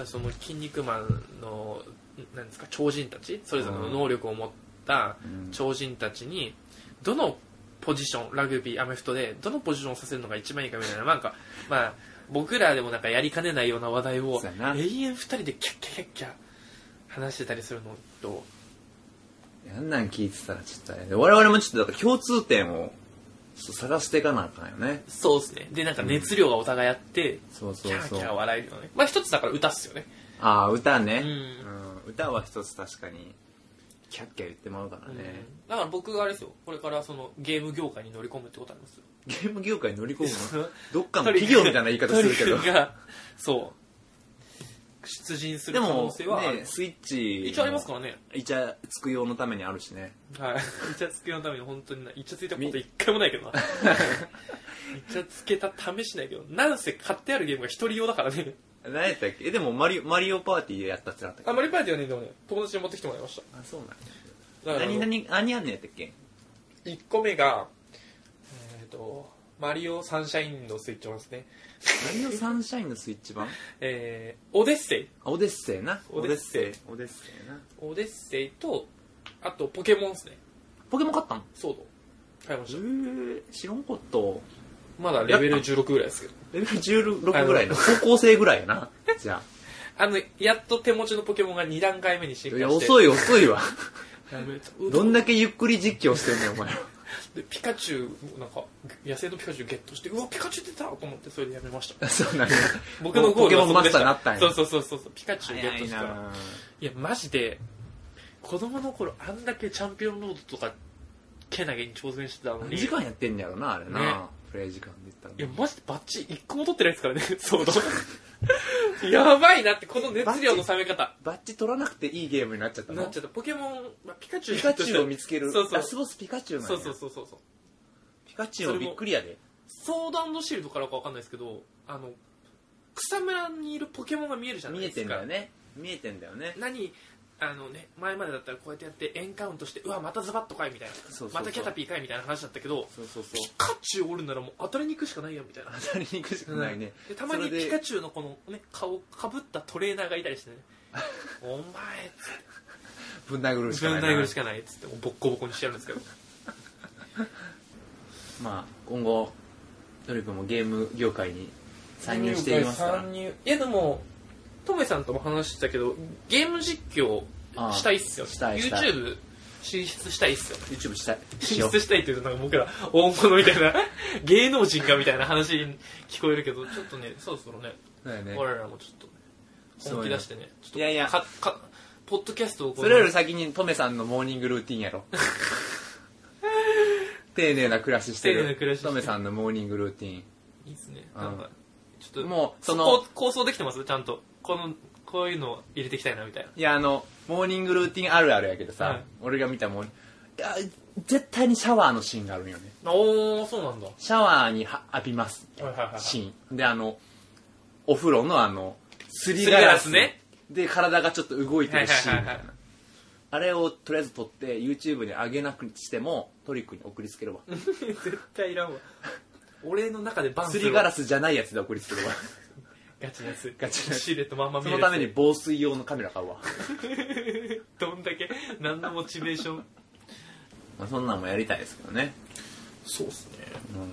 Speaker 1: らその筋肉マンの、なんですか、超人たち、それぞれの能力を持った
Speaker 2: うん
Speaker 1: 超人たちに、どのポジション、ラグビー、アメフトで、どのポジションをさせるのが一番いいかみたいな、なんか、まあ、僕らでもなんかやりかねないような話題を
Speaker 2: そうやな、
Speaker 1: 永遠二人でキャッキャキャッキャ話してたりするのと、
Speaker 2: あんなん聞いてたらちょっとあれで我々もちょっとだから共通点をちょっと探していかなあかんよね。
Speaker 1: そうですね。で、なんか熱量がお互いあって、
Speaker 2: そうそ
Speaker 1: キャ
Speaker 2: う
Speaker 1: ーキ
Speaker 2: そう
Speaker 1: ャー。笑えるよね。まあ一つだから歌っすよね。
Speaker 2: ああ、歌ね。
Speaker 1: うん
Speaker 2: うん歌は一つ確かに、キャッキャ言ってまうからね。
Speaker 1: だから僕があれですよ、これからそのゲーム業界に乗り込むってことありますよ。
Speaker 2: ゲーム業界に乗り込む
Speaker 1: そう
Speaker 2: のどっかの企業みたいな言い方するけど
Speaker 1: ト。リがそう出陣す
Speaker 2: で
Speaker 1: る可能
Speaker 2: も、
Speaker 1: 性はある
Speaker 2: ね、スイッチ。
Speaker 1: 一応ありますからね
Speaker 2: 一応、つく用のためにあるしね。
Speaker 1: はい イチャつけのために本当になイチャついたこと一回もないけ どなイチャつけた試しないけどなんせ買ってあるゲームが一人用だからね
Speaker 2: 何やったっけえ、でもマリオ、マリオパーティーやったってなったっけ
Speaker 1: あマリパーティーはねでもね友達に持ってきてもらいまし
Speaker 2: あ、そうなんや
Speaker 1: ただからあ
Speaker 2: 何、
Speaker 1: の
Speaker 2: 何、何やんねやったっけ
Speaker 1: 1個目がえっ、とマリオサンシャインのスイッチ版ですね
Speaker 2: マリオサンシャインのスイッチ版
Speaker 1: えー、オデッセイ
Speaker 2: あ、オデッセイな。
Speaker 1: オデッセイ。
Speaker 2: オデッセイな。
Speaker 1: オデッセイとあとポケモンですね
Speaker 2: ポケモン買ったの
Speaker 1: ソード買いまし
Speaker 2: え
Speaker 1: た
Speaker 2: ー、知らんかった。
Speaker 1: まだレベル16ぐらいですけど
Speaker 2: レベル16ぐらいの高校生ぐらいやな。じゃ
Speaker 1: あの、やっと手持ちのポケモンが2段階目に
Speaker 2: あ。
Speaker 1: 進化して。
Speaker 2: いや、遅
Speaker 1: い。
Speaker 2: い遅いわ。ど
Speaker 1: どん
Speaker 2: ん
Speaker 1: な
Speaker 2: だけゆっくり実況してんねん、お前ら。
Speaker 1: でピカチュウ、なんか、野生のピカチュウゲットして、うわ、ピカチュウ出たと思って、それでやめま した。
Speaker 2: そうなんや。
Speaker 1: 僕のゴールは
Speaker 2: ポケモンマ
Speaker 1: そ
Speaker 2: ス
Speaker 1: こでし
Speaker 2: ターになったんや。
Speaker 1: そうそうそうそうそう、ピカチュウゲッ
Speaker 2: 早
Speaker 1: ト
Speaker 2: い
Speaker 1: したら。
Speaker 2: ない
Speaker 1: や、マジで、子供の頃、あんだけチャンピオンロードとか、けなげに挑戦してたのに。
Speaker 2: 何時間やってんねやろな、あれな。
Speaker 1: ね
Speaker 2: プレイ時間で言ったら
Speaker 1: いや、マジでバッチ一個も取ってないですからね、 そうだ。やばいなって、この熱量の冷め方。
Speaker 2: バッチ取らなくていいゲームになっちゃった
Speaker 1: なっ
Speaker 2: の
Speaker 1: ちゃった。ポケモン、まあ、ピカチュウ
Speaker 2: ピカチュウを見つける
Speaker 1: そうそう
Speaker 2: ラスボスピカチュウなん
Speaker 1: そ
Speaker 2: や
Speaker 1: うそうそうそうそう。
Speaker 2: ピカチュウびっくりやで
Speaker 1: ソードアンドシールドからかわかんないですけど、あの、草むらにいるポケモンが見えるじゃないで
Speaker 2: 見え
Speaker 1: すか。
Speaker 2: てんだよね見えてんだよね
Speaker 1: 何あのね、前までだったらこうやってやってエンカウントしてうわまたズバッとかいみたいな
Speaker 2: そうそうそう
Speaker 1: またキャタピーかいみたいな話だったけど
Speaker 2: そうそうそう
Speaker 1: ピカチュウおるならもう当たりに行くしかないやみたい な
Speaker 2: 当たりに行くしかないね
Speaker 1: でたまに
Speaker 2: それで
Speaker 1: ピカチュウのこの、ね、顔をかぶったトレーナーがいたりしてねお前っつって
Speaker 2: ぶん殴るし
Speaker 1: 自
Speaker 2: かな
Speaker 1: 分
Speaker 2: い
Speaker 1: の
Speaker 2: な
Speaker 1: 殴るしかないっつってもうボッコボコにしてやるんですけど
Speaker 4: まあ今後ドリ君もゲーム業界に参入していきますから
Speaker 1: 参入いやでもトメさんとも話してたけどゲーム実況したいっすよ
Speaker 4: ああしたいしたい
Speaker 1: YouTube 進出したいっすよ
Speaker 4: YouTube したいし
Speaker 1: 進
Speaker 4: よう
Speaker 1: 出したいっていうとなんか僕ら大物みたいな 芸能人かみたいな話に聞こえるけどちょっとねそろそろね
Speaker 2: そうだよね
Speaker 1: 我らもちょっとね本気出してねちょっと
Speaker 2: いやいや
Speaker 1: かかポッドキャストをこう
Speaker 2: それより先にトメさんのモーニングルーティン やろ丁寧な暮らしして
Speaker 1: 丁寧な暮ら
Speaker 2: る
Speaker 1: しして
Speaker 2: ト
Speaker 1: る
Speaker 2: メさんのモーニングルーティ
Speaker 1: いいですね
Speaker 2: うん
Speaker 1: なんかちょっと
Speaker 2: もうそ
Speaker 1: そ
Speaker 2: の
Speaker 1: こ構想できてますちゃんとこのこういうのを入れていきたいなみたいない
Speaker 2: やあのモーニングルーティンあるあるやけどさ、
Speaker 1: はい
Speaker 2: 俺が見たモーニングいや絶対にシャワーのシーンがあるんよね
Speaker 1: おおそうなんだは
Speaker 2: シャワーには浴びます
Speaker 1: いはいはいはい
Speaker 2: シーンであのお風呂のあのすり
Speaker 1: すりガ
Speaker 2: ガ
Speaker 1: ラ
Speaker 2: ラ
Speaker 1: ス
Speaker 2: ス
Speaker 1: ね
Speaker 2: で体がちょっと動いてるシーンみた
Speaker 1: は
Speaker 2: いな、
Speaker 1: いはいはいはい
Speaker 2: あれをとりあえず撮って YouTube に上げなくしてもトリックに送りつけるわ
Speaker 1: 絶対いらんわ俺の中でバン
Speaker 2: すりガラ
Speaker 1: ス
Speaker 2: スじゃないやつで送りつけ るわ
Speaker 1: ガチなやつ
Speaker 2: ガチなやつ
Speaker 1: シルエットまんま見
Speaker 2: そ
Speaker 1: える
Speaker 2: の
Speaker 1: やつ
Speaker 2: ために防水用のカメラ買うわ
Speaker 1: どんだけ何のモチベーション
Speaker 2: まあそんなんもやりたいですけどね、
Speaker 1: そうっすね
Speaker 2: うん、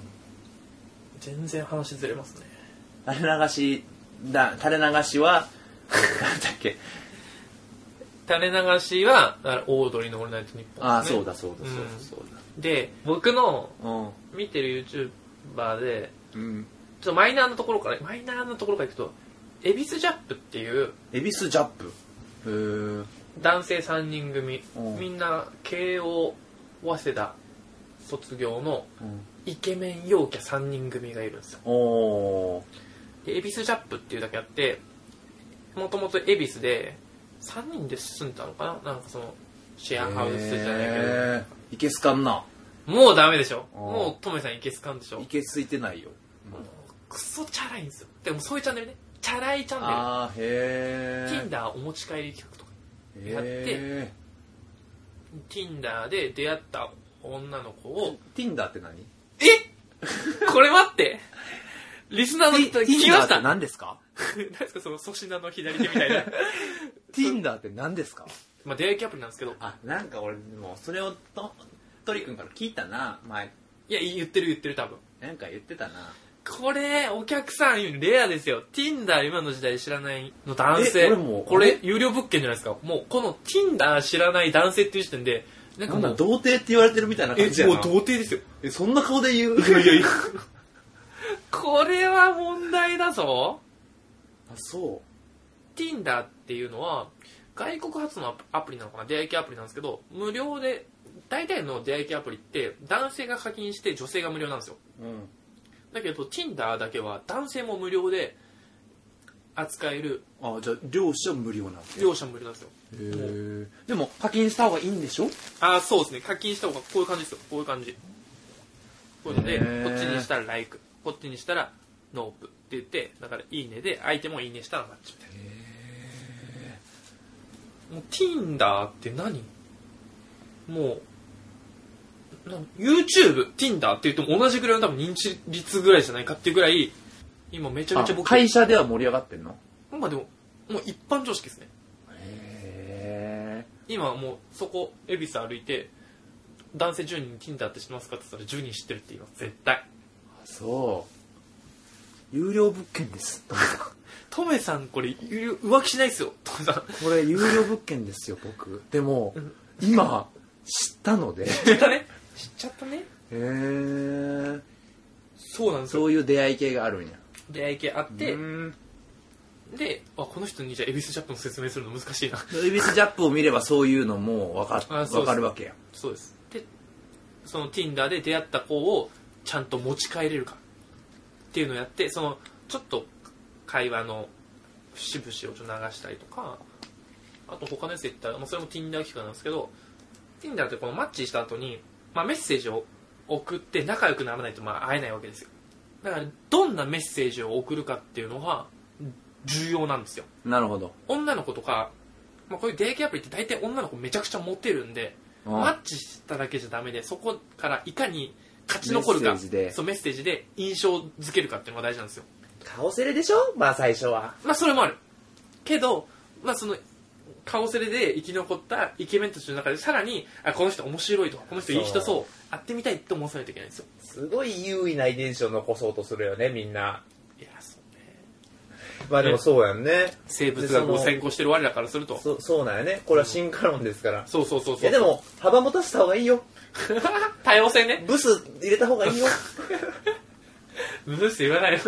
Speaker 1: 全然話ずれますね
Speaker 2: 垂れ流しだ垂れ流しは なんだっけ
Speaker 1: 垂れ流しはだからオードリーの「オールナイトニッポン」
Speaker 2: ああ、
Speaker 1: ですね
Speaker 2: そうだそうだそうだそう
Speaker 1: で僕の
Speaker 2: だうん
Speaker 1: 見てる YouTuber で
Speaker 2: うん
Speaker 1: ちょっとマイナーなところからマイナーなところからいくとエビスジャップっていう
Speaker 2: 恵比寿ジャップへえ
Speaker 1: 男性3人組
Speaker 2: うん
Speaker 1: みんな慶応早稲田卒業のイケメン陽キャ3人組がいるんですよ
Speaker 2: おお
Speaker 1: で恵比寿ジャップっていうだけあってもともと恵比寿で3人で住んでたのかななんかそのシェアハウスじゃないけど、
Speaker 2: へーいけすかんな
Speaker 1: もうダメでしょ
Speaker 2: あー
Speaker 1: もうトメさんいけすかんでしょ
Speaker 2: いけすいてないよ
Speaker 1: もうクソチャラいんですよでもそういうチャンネルねチャラいチャン
Speaker 2: ああ
Speaker 1: ネ
Speaker 2: へ
Speaker 1: ル
Speaker 2: え
Speaker 1: Tinder お持ち帰り企画とかやって
Speaker 2: へ
Speaker 1: Tinder で出会った女の子を
Speaker 2: え Tinder って何
Speaker 1: えこれ待ってリスナーの人聞きま
Speaker 2: Tinder
Speaker 1: し
Speaker 2: ったて
Speaker 1: 何
Speaker 2: 何ですか
Speaker 1: ですかその粗品の左手みたいな
Speaker 2: Tinder って何ですか
Speaker 1: まあ出会い系アプリなんですけど
Speaker 2: あなんか俺もうそれをとトリ君から聞いたな前
Speaker 1: いや言ってる言ってる多分
Speaker 2: なんか言ってたな
Speaker 1: これ、お客さん、レアですよ。Tinder 今の時代知らないの男
Speaker 2: え
Speaker 1: 性。
Speaker 2: 俺も
Speaker 1: これ
Speaker 2: え、
Speaker 1: 有料物件じゃないですか。もう、この Tinder 知らない男性っていう時点で、なんか
Speaker 2: なん
Speaker 1: も
Speaker 2: だ
Speaker 1: う、
Speaker 2: 童貞って言われてるみたいな
Speaker 1: え、も
Speaker 2: 感
Speaker 1: う
Speaker 2: じやな
Speaker 1: 童貞ですよ。
Speaker 2: えそんな顔で言う
Speaker 1: これは問題だぞ。
Speaker 2: あそう
Speaker 1: Tinder っていうのは、外国発のアプアプリなのかな出会い系アプリなんですけど、無料で、大体の出会い系アプリって、男性が課金して女性が無料なんですよ。
Speaker 2: うん
Speaker 1: だけど、Tinder だけは男性も無料で扱える、
Speaker 2: あじゃあ両者無料なん
Speaker 1: 両者無料なんですよ。
Speaker 2: へえでも課金した方がいいんでしょ
Speaker 1: あーそうですね課金した方がこういう感じですよこういう感じこういうので
Speaker 2: へー
Speaker 1: こっちにしたら「ライク」こっちにしたら「ノープ」って言ってだから「いいね」で相手も「いいね」したらマッチみたいなもう Tinder って何もうな YouTube、Tinder って言っても同じぐらいの多分認知率ぐらいじゃないかっていうぐらい今めちゃめちゃ僕
Speaker 2: 会社では盛り上がってんの
Speaker 1: まあでももう一般常識ですね
Speaker 2: へ
Speaker 1: 今はもうそこ恵比寿歩いて男性10人 Tinder って知ってますかって言ったら10人知ってるって言います絶対
Speaker 2: えそう有料物件です
Speaker 1: トメさんこれ有料浮気しないですよトメ さん
Speaker 2: これ有料物件ですよ 僕でも
Speaker 1: うん
Speaker 2: 今知ったのでへ
Speaker 1: 知っちゃったね知っちゃったね
Speaker 2: え
Speaker 1: そうなんですよ
Speaker 2: そういう出会い系があるんや
Speaker 1: 出会い系あって
Speaker 2: うん
Speaker 1: であこの人にじゃあ恵比寿ジャップの説明するの難しいな
Speaker 2: エビスジャップを見ればそういうのも分か
Speaker 1: あそうそう
Speaker 2: 分かるわけや
Speaker 1: そうですでその Tinder で出会った子をちゃんと持ち帰れるかっていうのをやってそのちょっと会話の節々をちょっと流したりとかあと他のやつで言ったら、まあ、それも Tinder 企画なんですけど Tinder ってこのマッチした後に、まあ、メッセージを送って仲良くならないとまあ会えないわけですよだからどんなメッセージを送るかっていうのは重要なんですよ
Speaker 2: なるほど。
Speaker 1: 女の子とか、まあ、こういう出会い系アプリって大体女の子めちゃくちゃモテるんで
Speaker 2: うん
Speaker 1: マッチしただけじゃダメでそこからいかに勝ち残るか
Speaker 2: メッセージで
Speaker 1: そうメッセージで印象づけるかっていうのが大事なんですよ
Speaker 3: 顔セレでしょまあ最初は。
Speaker 1: まあそれもあるけど、まあ、その顔セレで生き残ったイケメンたちの中でさらにあこの人面白いとかこの人いい人そう会ってみたいって思わせないといけないんですよ
Speaker 3: すごい優位な遺伝子を残そうとするよね、みんな。
Speaker 1: いやそうね
Speaker 3: まあでもそうやんね。
Speaker 1: 生物
Speaker 3: でそ
Speaker 1: 学
Speaker 3: の
Speaker 1: を先行してる我らからすると
Speaker 3: そそうなんやね。これは進化論ですから。
Speaker 1: そうそうそう
Speaker 3: い
Speaker 1: そう
Speaker 3: やでも、幅持たせた方がいいよ。
Speaker 1: 多様性ね
Speaker 3: ブス入れた方がいいよ。
Speaker 1: ブース言わないよ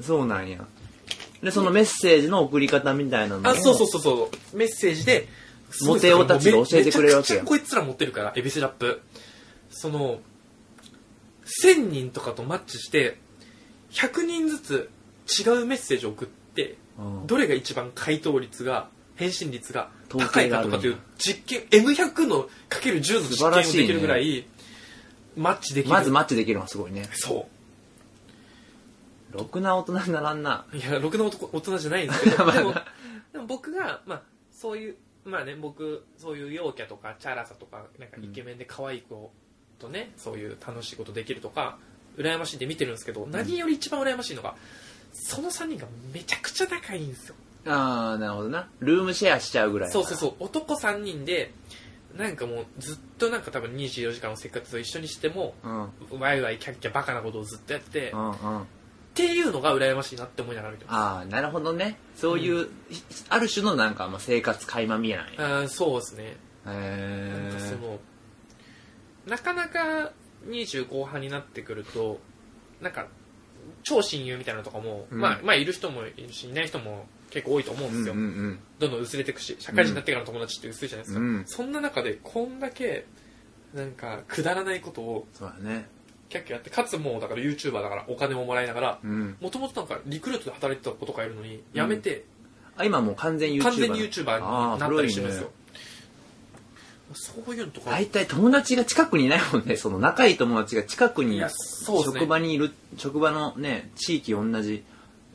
Speaker 2: そうなんや。で、そのメッセージの送り方みたいなのも
Speaker 1: あそうそうそうそうメッセージで
Speaker 2: モテ男たちが教えてくれるわけ
Speaker 1: めめちゃくち
Speaker 2: や
Speaker 1: ゃこいつら持ってるからエビスラップその1000人とかとマッチして100人ずつ違うメッセージを送って
Speaker 2: うん
Speaker 1: どれが一番回答率が返信率が
Speaker 2: 統
Speaker 1: 高
Speaker 2: 計
Speaker 1: い
Speaker 2: があ
Speaker 1: か
Speaker 2: る
Speaker 1: と
Speaker 2: んや
Speaker 1: かという実験 M100 のかける10の実験をできるぐらいマッチできる
Speaker 2: まずマッチできるのはすごいね。
Speaker 1: そ
Speaker 2: ろくな大人にならんな。
Speaker 1: ういやろくな男大人じゃないんですけ どでもでも僕が、まあ、そういうまあね僕そういう陽キャとかチャラさとかなんかイケメンで可愛い子とね、そういう楽しいことできるとか羨ましいって見てるんですけど何より一番羨ましいのがその3人がめちゃくちゃ仲いいんですよ
Speaker 2: あー、なるほどな。ルームシェアしちゃうぐらい。
Speaker 1: そうそうそう男3人でなんかもうずっとなんか多分24時間の生活を一緒にしても
Speaker 2: う。うん。うん
Speaker 1: ワイワイキャッキャバカなことをずっとやってて、
Speaker 2: う
Speaker 1: っ
Speaker 2: ん。あ
Speaker 1: ていうのが羨ましいなって思いながら見てます
Speaker 2: ー、なるほどね。そういう、ひある種のなんか、まあ、生活垣間見えない。へ
Speaker 1: あーそうですねなんかそ
Speaker 2: ー。
Speaker 1: のなかなか20後半になってくるとなんか超親友みたいなのとかも、
Speaker 2: うん
Speaker 1: まあ、まあいる人もいるしいない人も結構多いと思うん
Speaker 2: う
Speaker 1: で
Speaker 2: ん
Speaker 1: す
Speaker 2: う
Speaker 1: よ、
Speaker 2: んうん。
Speaker 1: どんどん薄れていくし社会人になってからの友達って薄いじゃないですか、
Speaker 2: うん
Speaker 1: そんな中でこんだけなんかくだらないことを
Speaker 2: そうだね。
Speaker 1: キャッキャやってかつもうだから YouTuber だからお金ももらいながら
Speaker 2: うん。
Speaker 1: もともとなんかリクルートで働いてた子とかいるのに辞めて、
Speaker 2: あ、今もう完全 YouTuber だ。
Speaker 1: 完全に YouTuber
Speaker 2: あ
Speaker 1: に
Speaker 2: ー
Speaker 1: なったりしてます
Speaker 2: 古い
Speaker 1: よ
Speaker 2: ね、
Speaker 1: そういうのとか、
Speaker 2: 大体友達が近くにいないも んね。その仲いい友達が近く
Speaker 1: い
Speaker 2: に
Speaker 1: や、そうですね
Speaker 2: 職場にいる、職場のね、地域同じ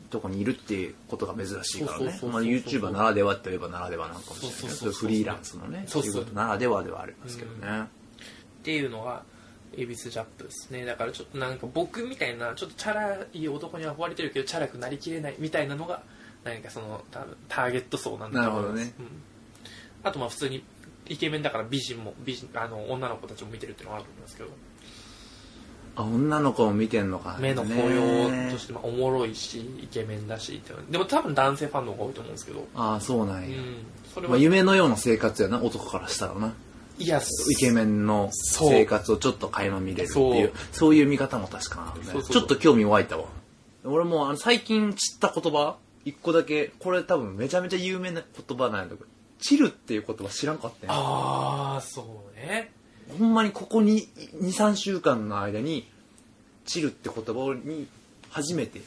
Speaker 2: とこにいるっていうことが珍しいか
Speaker 1: そうそう
Speaker 2: ら
Speaker 1: そう
Speaker 2: ね。
Speaker 1: そう
Speaker 2: まあ YouTuber ならではといえばならではなのかもしれない
Speaker 1: そう
Speaker 2: けど。
Speaker 1: そうそうそう
Speaker 2: フリーランスのね、
Speaker 1: そうそう
Speaker 2: 仕事ならではではありますけどね。
Speaker 1: っていうのが恵比寿ジャップですねだからちょっとなんか僕みたいなちょっとチャラい男に憧れてるけどチャラくなりきれないみたいなのが何かその多分ターゲット層なんだと思います
Speaker 2: なる
Speaker 1: うん、あとまあ普通にイケメンだから美人も美人あの女の子たちも見てるっていうのがあると思いますけど
Speaker 2: あ、女の子を見てんのか。
Speaker 1: 目の
Speaker 2: ね
Speaker 1: 紅葉としてまあおもろいしイケメンだしっていうのでも多分男性ファンの方が多いと思うんですけど、
Speaker 2: ああ、そうなん
Speaker 1: う
Speaker 2: や。
Speaker 1: ん、それ
Speaker 2: ま
Speaker 1: は、
Speaker 2: あ、
Speaker 1: い
Speaker 2: 夢のような生活やな、男からしたらな。
Speaker 1: や
Speaker 2: イケメンの
Speaker 1: そう
Speaker 2: 生活をちょっと垣間見れるっていう、
Speaker 1: そう
Speaker 2: そういう見方も確かな、ね
Speaker 1: そうそう
Speaker 2: ちょっと興味湧いたわ。俺もあの最近知った言葉、一個だけ、これ多分めちゃめちゃ有名な言葉なんやけど、チルっていう言葉知らんかったよ。
Speaker 1: ああそうね
Speaker 2: ほんまにここに2、3週間の間に、チルって言葉に初めて、い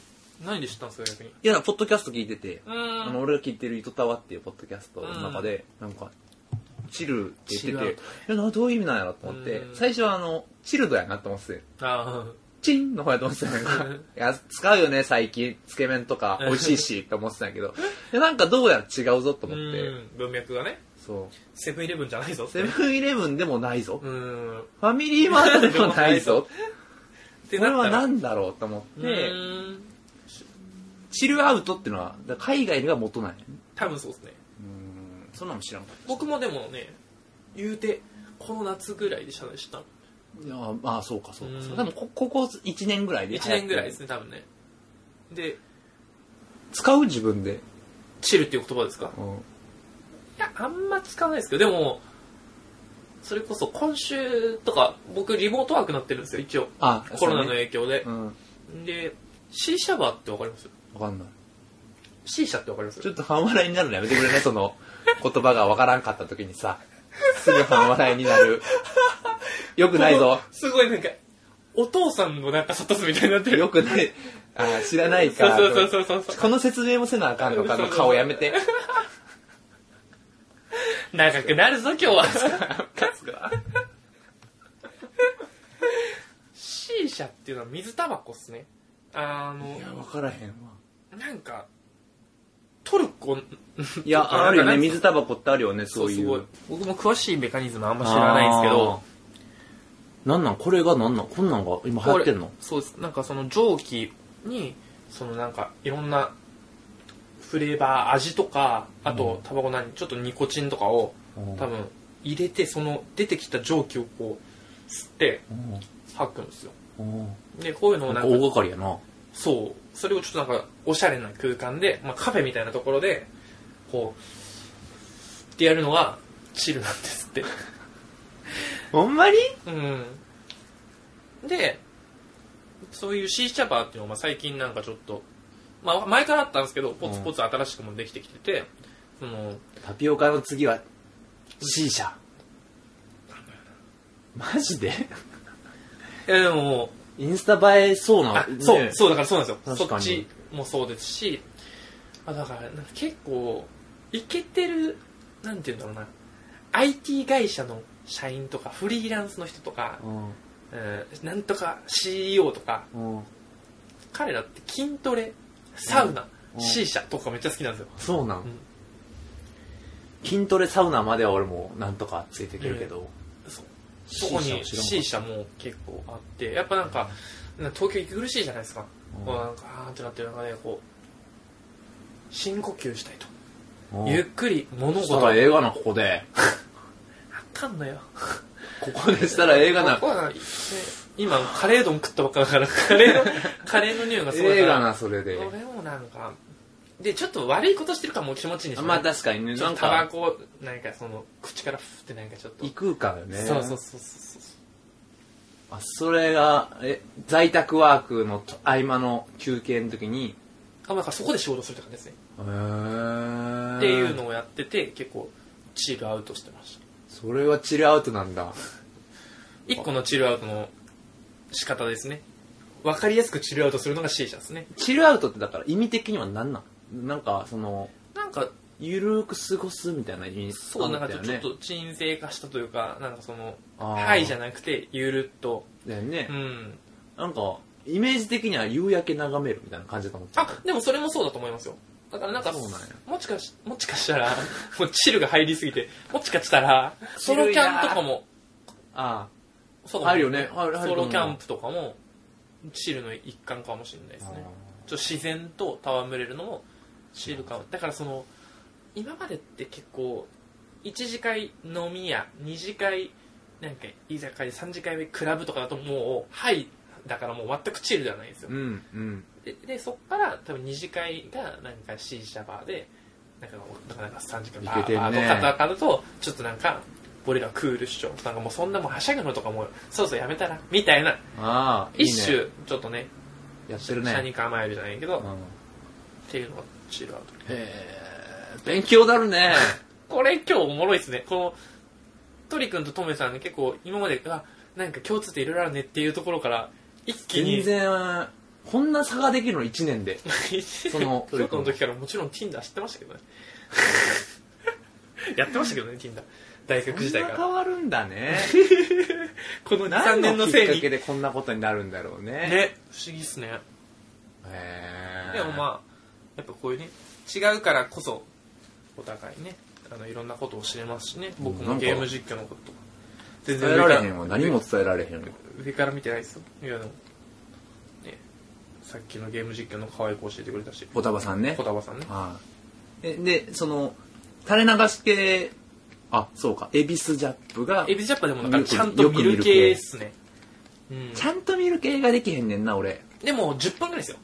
Speaker 1: 何で知ったんですか逆に
Speaker 2: や、ポッドキャスト聞いてて、
Speaker 1: う
Speaker 2: あ
Speaker 1: ん
Speaker 2: の俺が聞いてる「糸タワ」っていうポッドキャストの中で、なんか「チル」って言っててえなどういう意味なんやろと思って、
Speaker 1: うん
Speaker 2: 最初はあの「チルド」やなと思ってて
Speaker 1: あー
Speaker 2: 「チン」の方やと思ってたんやけど
Speaker 1: うん
Speaker 2: いや使うよね最近つけ麺とか美味しいしって思ってたんやけどいやなんかどうやら違うぞと思って、
Speaker 1: うん文脈がね
Speaker 2: そ
Speaker 1: セブンイレブンじゃないぞっ
Speaker 2: う
Speaker 1: て
Speaker 2: セブンイレブンでもないぞ、
Speaker 1: うーんっ
Speaker 2: ファミリーマートでもな いぞ
Speaker 1: て
Speaker 2: これ
Speaker 1: なっ
Speaker 2: は
Speaker 1: たら
Speaker 2: 何だろうと思っ
Speaker 1: う
Speaker 2: て、
Speaker 1: ーん
Speaker 2: チルアウトっていうのはだから海外には元ない
Speaker 1: 多分そうですね
Speaker 2: うんそんなの知らんかった
Speaker 1: 僕もでもね言うてこの夏ぐらいで謝罪したの
Speaker 2: いやまあそうかそうかそううんでもこここ1年ぐらいで
Speaker 1: 1年ぐらいで
Speaker 2: 流行って
Speaker 1: すね
Speaker 2: る
Speaker 1: 多分ねで
Speaker 2: 使う自分で、
Speaker 1: チルっていう言葉ですか
Speaker 2: うん、
Speaker 1: いやあんま使わないですけどでもそれこそ今週とか僕リモートワークなってるんですよ一応
Speaker 2: あ
Speaker 1: コロナの
Speaker 2: そうね
Speaker 1: 影響で
Speaker 2: うん
Speaker 1: で C シャバーってわかります
Speaker 2: 分かんない
Speaker 1: C 社ってわかります
Speaker 2: ちょっと半笑い になるのやめてくれねその言葉が分からんかった時にさすぐ半笑いになるよくないぞ
Speaker 1: すごいなんかお父さんのなんかサトスみたいになってる。
Speaker 3: よくない。あー知らない
Speaker 1: そう
Speaker 3: か。
Speaker 1: そうそうそうそう。
Speaker 3: この説明もせなあかんのかの顔やめて。
Speaker 1: 長くなるぞ、今日は。C 社っていうのは水タバコっすね。あの
Speaker 2: い、や、わからへんわ。
Speaker 1: なんか、トルコ、
Speaker 2: いや、あるよ
Speaker 1: な
Speaker 2: ね。
Speaker 1: んか
Speaker 2: 水タバコってあるよね、そうい。。
Speaker 1: すごいう僕も詳しいメカニズムあんま知らないんですけど、
Speaker 2: あー。なんなんこれがなんなんこんなんが今流行ってんの
Speaker 1: これそうです。なんかその蒸気に、そのなんかいろんなフレーバー、味とか、あとタバコ何、ちょっとニコチンとかを多分入れて、その出てきた蒸気をこう吸って
Speaker 2: うん
Speaker 1: 吐くんですよ。
Speaker 2: うん
Speaker 1: で、こういうのを
Speaker 2: な
Speaker 1: なんん
Speaker 2: か
Speaker 1: か
Speaker 2: 大掛かりやな。
Speaker 1: そう。それをちょっとなんか、おしゃれな空間で、まあカフェみたいなところで、こう、ってやるのが、チルなんですって。
Speaker 3: ほんまに
Speaker 1: うん。で、そういうシーチャバーっていうのはまあ最近なんかちょっと、まあ前からあったんですけど、ポツポツ新しくもできてきてて、その、
Speaker 2: タピオカの次は C 社。マジで
Speaker 1: いやでももう、
Speaker 2: インスタ映えそうな
Speaker 1: あ。そう、
Speaker 2: ね
Speaker 1: そうだからそうなんですよ
Speaker 2: 確
Speaker 1: そ
Speaker 2: か
Speaker 1: っ
Speaker 2: に
Speaker 1: ちもそうですしあだからなんか結構イケてるなんて言うんだろうな IT 会社の社員とかフリーランスの人とか、うん、なんとか CEO とか
Speaker 2: うん。うん。
Speaker 1: 彼らって筋トレサウナ、
Speaker 2: うん
Speaker 1: C 社とかめっちゃ好きなんですよ、
Speaker 2: そうなん
Speaker 1: うん。
Speaker 2: 筋トレサウナまでは俺もなんとかついていけるけど。
Speaker 1: そうそこに C 社も結構あってやっぱなんかなんか東京息苦しいじゃないですか、こうなんかあーってなってる中でこう深呼吸したいとゆっくり物
Speaker 2: そ
Speaker 1: 事
Speaker 2: したら
Speaker 1: を
Speaker 2: 映画な、ここで。
Speaker 1: あかんのよ。
Speaker 2: ここでしたら映画な
Speaker 1: 僕。はね今、カレー丼食ったばっかだから、カレーの、カレーの匂いがすごい
Speaker 2: 映
Speaker 1: か
Speaker 2: 画
Speaker 1: ら。
Speaker 2: な、それで。
Speaker 1: これもなんか、で、ちょっと悪いことしてるかも気持ちいいんでしょ、
Speaker 2: まあ確かにね、
Speaker 1: ちょ
Speaker 2: な
Speaker 1: っ
Speaker 2: ん
Speaker 1: とタバ
Speaker 2: か、
Speaker 1: コを、なんかその、口からふってなんかちょっと。
Speaker 2: 異空間よね。
Speaker 1: そうそうそうそうそ
Speaker 2: あそれが、え、在宅ワークの合間の休憩の時に、
Speaker 1: う。あ、なんかそこで仕事するって感じですね。
Speaker 2: へー
Speaker 1: っていうのをやってて、結構、チルアウトしてました。
Speaker 2: それはチルアウトなんだ。
Speaker 1: 一個のチルアウトの仕方ですね。わかりやすくチルアウトするのが C 社ですね。
Speaker 2: チルアウトってだから意味的には何なんなんか、その、
Speaker 1: なんか、
Speaker 2: ゆるーく過ごすみたいな意味
Speaker 1: そう、なんか
Speaker 2: だった
Speaker 1: ちょ
Speaker 2: よ
Speaker 1: っ
Speaker 2: ね。
Speaker 1: と沈静化したというか、なんかその、
Speaker 2: あー
Speaker 1: はいじゃなくて、ゆるっと。
Speaker 2: だよね
Speaker 1: う。ん。
Speaker 2: なんか、イメージ的には夕焼け眺めるみたいな感じだと思ってた。
Speaker 1: あ、でもそれもそうだと思いますよ。だからなんか、
Speaker 2: そうなんや
Speaker 1: もしかし、もしかしたら、 もうチルが入りすぎて、もしかしたら、ソロキャンとかも、
Speaker 2: あ
Speaker 1: そう
Speaker 2: あるよねあるある
Speaker 1: ソロキャンプとかも、チルの一環かもしれないですね。ちょっと自然と戯れるのもチルかも。だからその、今までって結構、1次会飲み屋、2次会、なんか居酒屋、3次会目クラブとかだともう、はい、だからもう全くチルじゃないんですよ
Speaker 2: う。ん、うん。
Speaker 1: ででそっから多分二次会がなんか C 社バーでなんかなんかなんか3次会バ
Speaker 2: いけて
Speaker 1: ー
Speaker 2: ん
Speaker 1: バ
Speaker 2: ね
Speaker 1: ーとかとかだとちょっとなんか俺らクールっしょなんかもうそんなもんはしゃぐのとかもうそうそうやめたらみたいな
Speaker 2: ああ、いいね
Speaker 1: 一種ちょっとね
Speaker 2: やってるね。
Speaker 1: 車に構えるじゃないけど、
Speaker 2: う
Speaker 1: っ
Speaker 2: ん
Speaker 1: ていうのがチルアウト
Speaker 2: へー勉強になるね。
Speaker 1: これ今日おもろいっすねこのトリ君とトメさんね結構今まであなんか共通点いろいろあるねっていうところから一気に
Speaker 2: 全然、こんな差ができるの1年で。
Speaker 1: そ
Speaker 2: の
Speaker 1: 京都の時からもちろん Tinder 知ってましたけどねやってましたけどね Tinder 大
Speaker 2: こ
Speaker 1: 学時
Speaker 2: ん
Speaker 1: 代
Speaker 2: な
Speaker 1: から
Speaker 2: 変わるん だね。
Speaker 1: この23
Speaker 2: 何
Speaker 1: 年の
Speaker 2: のき
Speaker 1: せ
Speaker 2: っ
Speaker 1: い
Speaker 2: か
Speaker 1: に
Speaker 2: け
Speaker 1: ね
Speaker 2: でこんなことになるんだろうね。
Speaker 1: 不思議っすね
Speaker 2: へー
Speaker 1: でもまあやっぱこういうね違うからこそお互いねあのいろんなことを知れますしね僕
Speaker 2: うんなん
Speaker 1: も
Speaker 2: か
Speaker 1: ゲーム実況のこととか全
Speaker 2: 伝えられへんわ。何も伝えられへんわ。
Speaker 1: 上から見てないですよいやでもねさっきのゲーム実況の可愛い子教えてくれたし
Speaker 2: ポタバさんね
Speaker 1: 小。玉さんね
Speaker 2: はい。えで、その、垂れ流し系、あ、そうか、エビスジャップが
Speaker 1: エ、ビジャパでもなんか
Speaker 2: よく
Speaker 1: ちゃんと見る系っすねうん
Speaker 2: ちゃんと見る系ができへんねんな、俺。
Speaker 1: でも10分ぐらいですよ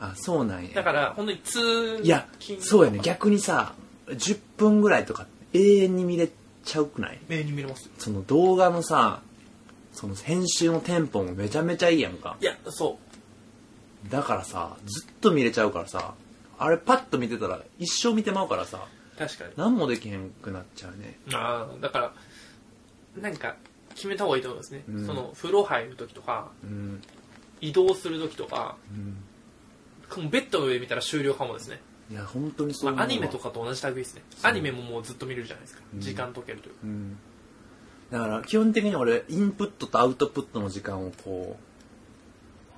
Speaker 2: あ、そうなん
Speaker 1: だ
Speaker 2: や。
Speaker 1: から本当に通
Speaker 2: いや、そうやね。逆にさ、10分ぐらいとか永遠に見れちゃうくない
Speaker 1: 目に見れます
Speaker 2: その動画のさ、その編集のテンポもめちゃめちゃいいやんか
Speaker 1: い。やそう
Speaker 2: だからさ、ずっと見れちゃうからさ、あれパッと見てたら一生見てまうからさ、
Speaker 1: 確かに
Speaker 2: 何もできへんくなっちゃうね。
Speaker 1: ああだからなんか決めた方がいいと思いますね、
Speaker 3: うん
Speaker 1: その風呂入る時とか
Speaker 3: うん
Speaker 1: 移動する時とか
Speaker 3: うん
Speaker 1: もうベッドの上見たら終了かもですね、
Speaker 2: いや本当にそう
Speaker 1: ま
Speaker 2: 思
Speaker 1: あ、
Speaker 2: うわ
Speaker 1: アニメとかと同じ類ですねアニメももうずっと見れるじゃないですか、
Speaker 3: うん
Speaker 1: 時間解けるというか
Speaker 3: うん
Speaker 2: だから基本的に俺インプットとアウトプットの時間をこう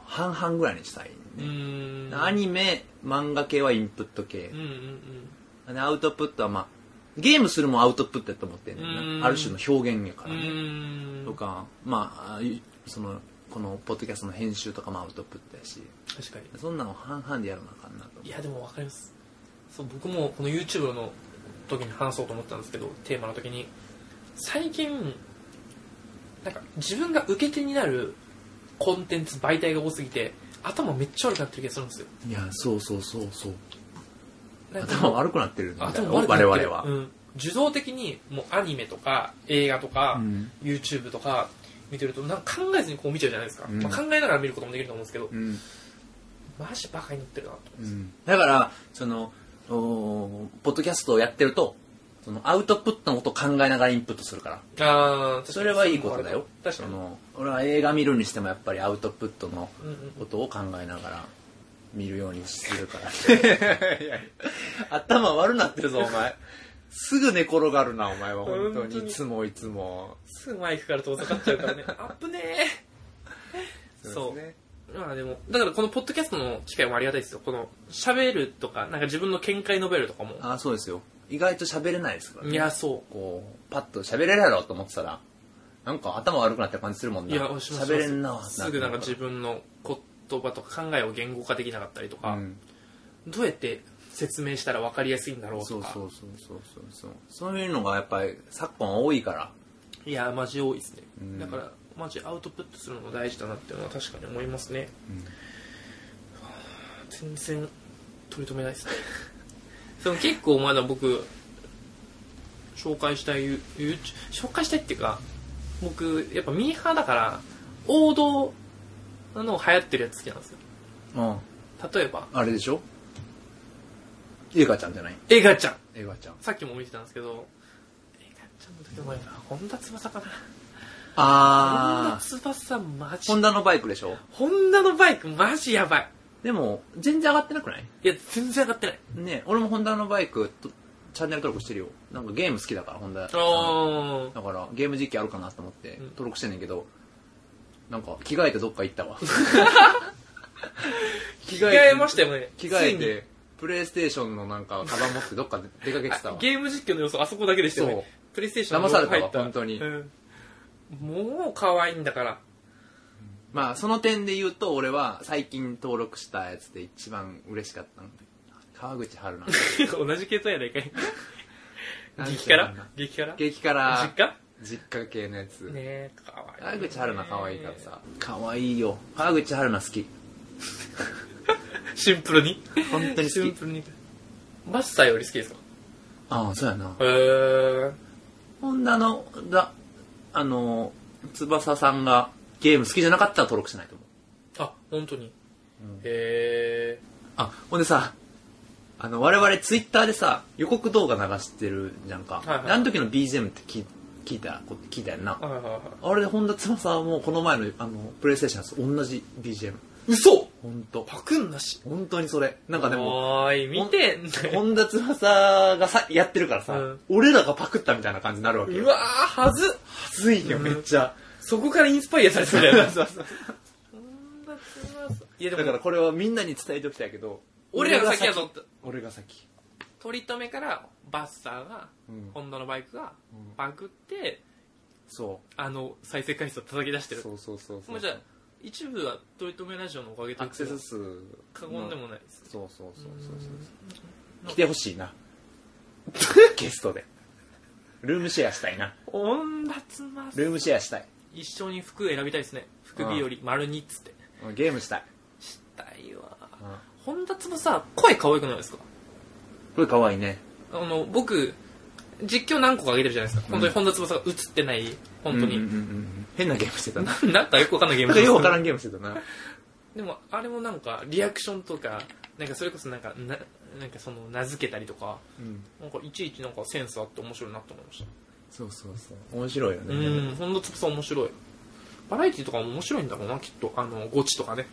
Speaker 2: 半々ぐらいにしたい、
Speaker 1: う
Speaker 2: ね
Speaker 1: ーん
Speaker 2: アニメ漫画系はインプット系
Speaker 1: うんうん
Speaker 2: でアウトプットはまあゲームするもアウトプットやと思ってんねん
Speaker 1: うん
Speaker 2: なある種の表現やか
Speaker 1: うんう
Speaker 2: らね
Speaker 1: ーん
Speaker 2: とかまあいそのこのポッドキャストの編集とかもアウトプットやし
Speaker 1: 確かに
Speaker 2: そんなの半々でやらなあかんなと思う
Speaker 1: いやでも分かりますそう僕もこの YouTube の時に話そうと思ったんですけどテーマの時に最近なんか自分が受け手になるコンテンツ媒体が多すぎて頭めっちゃ悪くなってる気がするんですよ
Speaker 2: いやそうそうそうそう
Speaker 1: なんか
Speaker 2: 頭悪くなってるんだよ
Speaker 1: 頭悪くな
Speaker 2: 我
Speaker 1: ってる
Speaker 2: 々は、
Speaker 1: うん、受動的にもうアニメとか映画とか、
Speaker 2: うん
Speaker 1: YouTube とか見てるとなんか考えずにこう見ちゃうじゃないですか、
Speaker 3: うん
Speaker 1: まあ、考えながら見ることもできると思うんですけど
Speaker 3: うん
Speaker 1: マジバカになってるなと思います、
Speaker 2: だからそのおーポッドキャストをやってるとそのアウトプットのことを考えながらインプットするから
Speaker 1: あー
Speaker 2: それはいいことだよ
Speaker 1: 確か
Speaker 2: そ
Speaker 1: に、
Speaker 2: の俺は映画見るにしてもやっぱりアウトプットの
Speaker 1: うんうん
Speaker 2: ことを考えながら見るようにするから
Speaker 3: 頭悪なってるぞお前 すぐ寝転がるなお前は本当
Speaker 1: 本
Speaker 3: に
Speaker 1: 当
Speaker 3: い
Speaker 1: に
Speaker 3: つもいつも
Speaker 1: すぐマイクから遠ざかっちゃうから ねあっぶね
Speaker 3: そうですね
Speaker 1: えまあでもだからこのポッドキャストの機会もありがたいですよこの喋るとかなんか自分の見解述べるとかも
Speaker 2: ああそうですよ意外と喋れないですから、ね、
Speaker 1: いやそ
Speaker 2: こうパッと喋れるやろうと思ってたらなんか頭悪くなった感じするもん
Speaker 1: うい
Speaker 2: な
Speaker 1: やします
Speaker 2: 喋れんな
Speaker 1: すぐなんか自分
Speaker 2: 分
Speaker 1: の言葉とか考えを言語化できなかったりと
Speaker 3: う
Speaker 1: か、
Speaker 3: ん
Speaker 1: どうやって説明したら分かりやすいんだろう
Speaker 2: そ
Speaker 1: と
Speaker 2: う
Speaker 1: か
Speaker 2: そうそうそうそうそうそういうのがやっぱり昨今は多いから
Speaker 1: いやマジ多いですね、
Speaker 3: ん
Speaker 1: だからマジアウトプットするの大事だなっていうのは確かに思いますね、はあ全然取り留めないですね その結構まだ僕紹介したい you- YouTube 紹介したいっていうか僕やっぱミーハーだから王道の流行ってるやつ好きなんですよ
Speaker 2: うん
Speaker 1: 例えば
Speaker 2: あれでしょ映画ちゃんじゃない
Speaker 1: 映画ちゃん
Speaker 2: 映画ちゃん
Speaker 1: さっきも見てたんですけど映画ちゃんの時の前が本田翼かな本田
Speaker 2: あ
Speaker 1: 翼マジ
Speaker 2: ホンダのバイクでしょ
Speaker 1: ホンダのバイクマジやばい。
Speaker 2: でも全然上がってなくない
Speaker 1: いや、全然上がってない。
Speaker 2: ね俺もホンダのバイクとチャンネル登録してるよなんかゲーム好きだからホンダさん
Speaker 1: おー。
Speaker 2: だからゲーム実況あるかなと思って
Speaker 1: ん
Speaker 2: 登録してんねんけど、なんか着替えてどっか行ったわ
Speaker 1: 着
Speaker 2: 着
Speaker 1: 替えましたよね。
Speaker 2: 着替え
Speaker 1: ついに。
Speaker 2: てプレイステーションのなんかカバン持ってどっか出かけてたわ
Speaker 1: ゲーム実況の要素あそこだけでしたよ
Speaker 2: そう
Speaker 1: ね。プレイステーションの
Speaker 2: 騙されたわ
Speaker 1: 入った
Speaker 2: 本当に
Speaker 1: うんもう可愛いんだ から。
Speaker 2: まあその点で言うと俺は最近登録したやつで一番嬉しかったの川口春奈
Speaker 1: 同じ系統やないかい。
Speaker 2: なんて
Speaker 1: 激辛
Speaker 2: なんだ
Speaker 1: 激辛
Speaker 2: 激辛
Speaker 1: 実
Speaker 2: 実家系のやつ、
Speaker 1: 家ねえ、可愛い。
Speaker 2: 川口春奈可愛いから。さ可愛いよ川口春奈好き
Speaker 1: シンプルに
Speaker 2: 本当に
Speaker 1: シ
Speaker 2: 好
Speaker 1: ン
Speaker 2: き
Speaker 1: プルに。マッサーより好きですか
Speaker 2: ああそうやな
Speaker 1: へー。
Speaker 2: ホンダのだあの翼さんがゲーム好きじゃなかったら登録しないと思う
Speaker 1: あ、本当に。へ
Speaker 2: あほんでさあの我々ツイッターでさ予告動画流してるじゃんか、
Speaker 1: はいはい
Speaker 2: あの時の BGM って聞い聞いたこ聞いたやんな
Speaker 1: ー。はいはいはい。
Speaker 2: あれで本田翼はもうこの前のあのプレイステーションと同じ BGM
Speaker 1: 嘘
Speaker 2: 本当
Speaker 1: パクンなし。
Speaker 2: 本当にそれなんかでも
Speaker 1: おーい、見てんだよ。
Speaker 2: 本田翼がさやってるからさ、
Speaker 1: うん
Speaker 2: 俺らがパクったみたいな感じになるわけ
Speaker 1: う
Speaker 2: よ
Speaker 1: わー、はず
Speaker 2: 恥ずいよめっちゃ、
Speaker 1: そこからインスパイアされてたよな。
Speaker 2: そうそう
Speaker 1: いやで
Speaker 2: だか
Speaker 1: も
Speaker 2: ら、これはみんなに伝えておきたいけど
Speaker 1: 俺らが先やぞって。
Speaker 2: 俺が先
Speaker 1: 取り留めから、バッサーが、
Speaker 2: うん
Speaker 1: ホンダのバイクが
Speaker 2: うん、
Speaker 1: パクって、
Speaker 2: そ
Speaker 1: あの、再生回数を叩き出して
Speaker 3: う
Speaker 1: る。
Speaker 3: そうそうそうそ
Speaker 1: もう
Speaker 3: う
Speaker 1: じゃあ、一部は取り留めラジオのおかげで、
Speaker 2: アクセス数
Speaker 1: 過言でもないです。
Speaker 2: そうそうそうそう
Speaker 1: うん
Speaker 2: そう来てほしいなゲストでルームシェアしたいな
Speaker 1: 音立ま
Speaker 2: ルームシェアしたい
Speaker 1: 一緒に服選びたいですね。服日和、丸にっつって。
Speaker 2: うんゲームしたい
Speaker 1: したいわ。
Speaker 2: うん
Speaker 1: 本田翼さ、声可愛くないですか
Speaker 2: これ可愛いね
Speaker 1: あの、僕、実況何個か上げてるじゃないですか。本当に本田翼が映ってない、本当に。
Speaker 2: うんうんうんうん変なゲームしてたな
Speaker 1: なんかよくわかん ないゲー
Speaker 2: な
Speaker 1: ム
Speaker 2: んかようわ
Speaker 1: で
Speaker 2: からんゲームしてたな
Speaker 1: でも、あれもなんか、リアクションとか、なんかそれこそなんか、ななんかその、名付けたりとか、
Speaker 2: うん
Speaker 1: なんかいちいちなんかセンスあって面白いなと思いました。
Speaker 2: そうそうそう
Speaker 3: 面白いよ
Speaker 1: う
Speaker 3: ね、
Speaker 1: ん、ほんのつぶさん面白い。バラエティとかも面白いんだろうな、きっと。あの、ゴチとかね。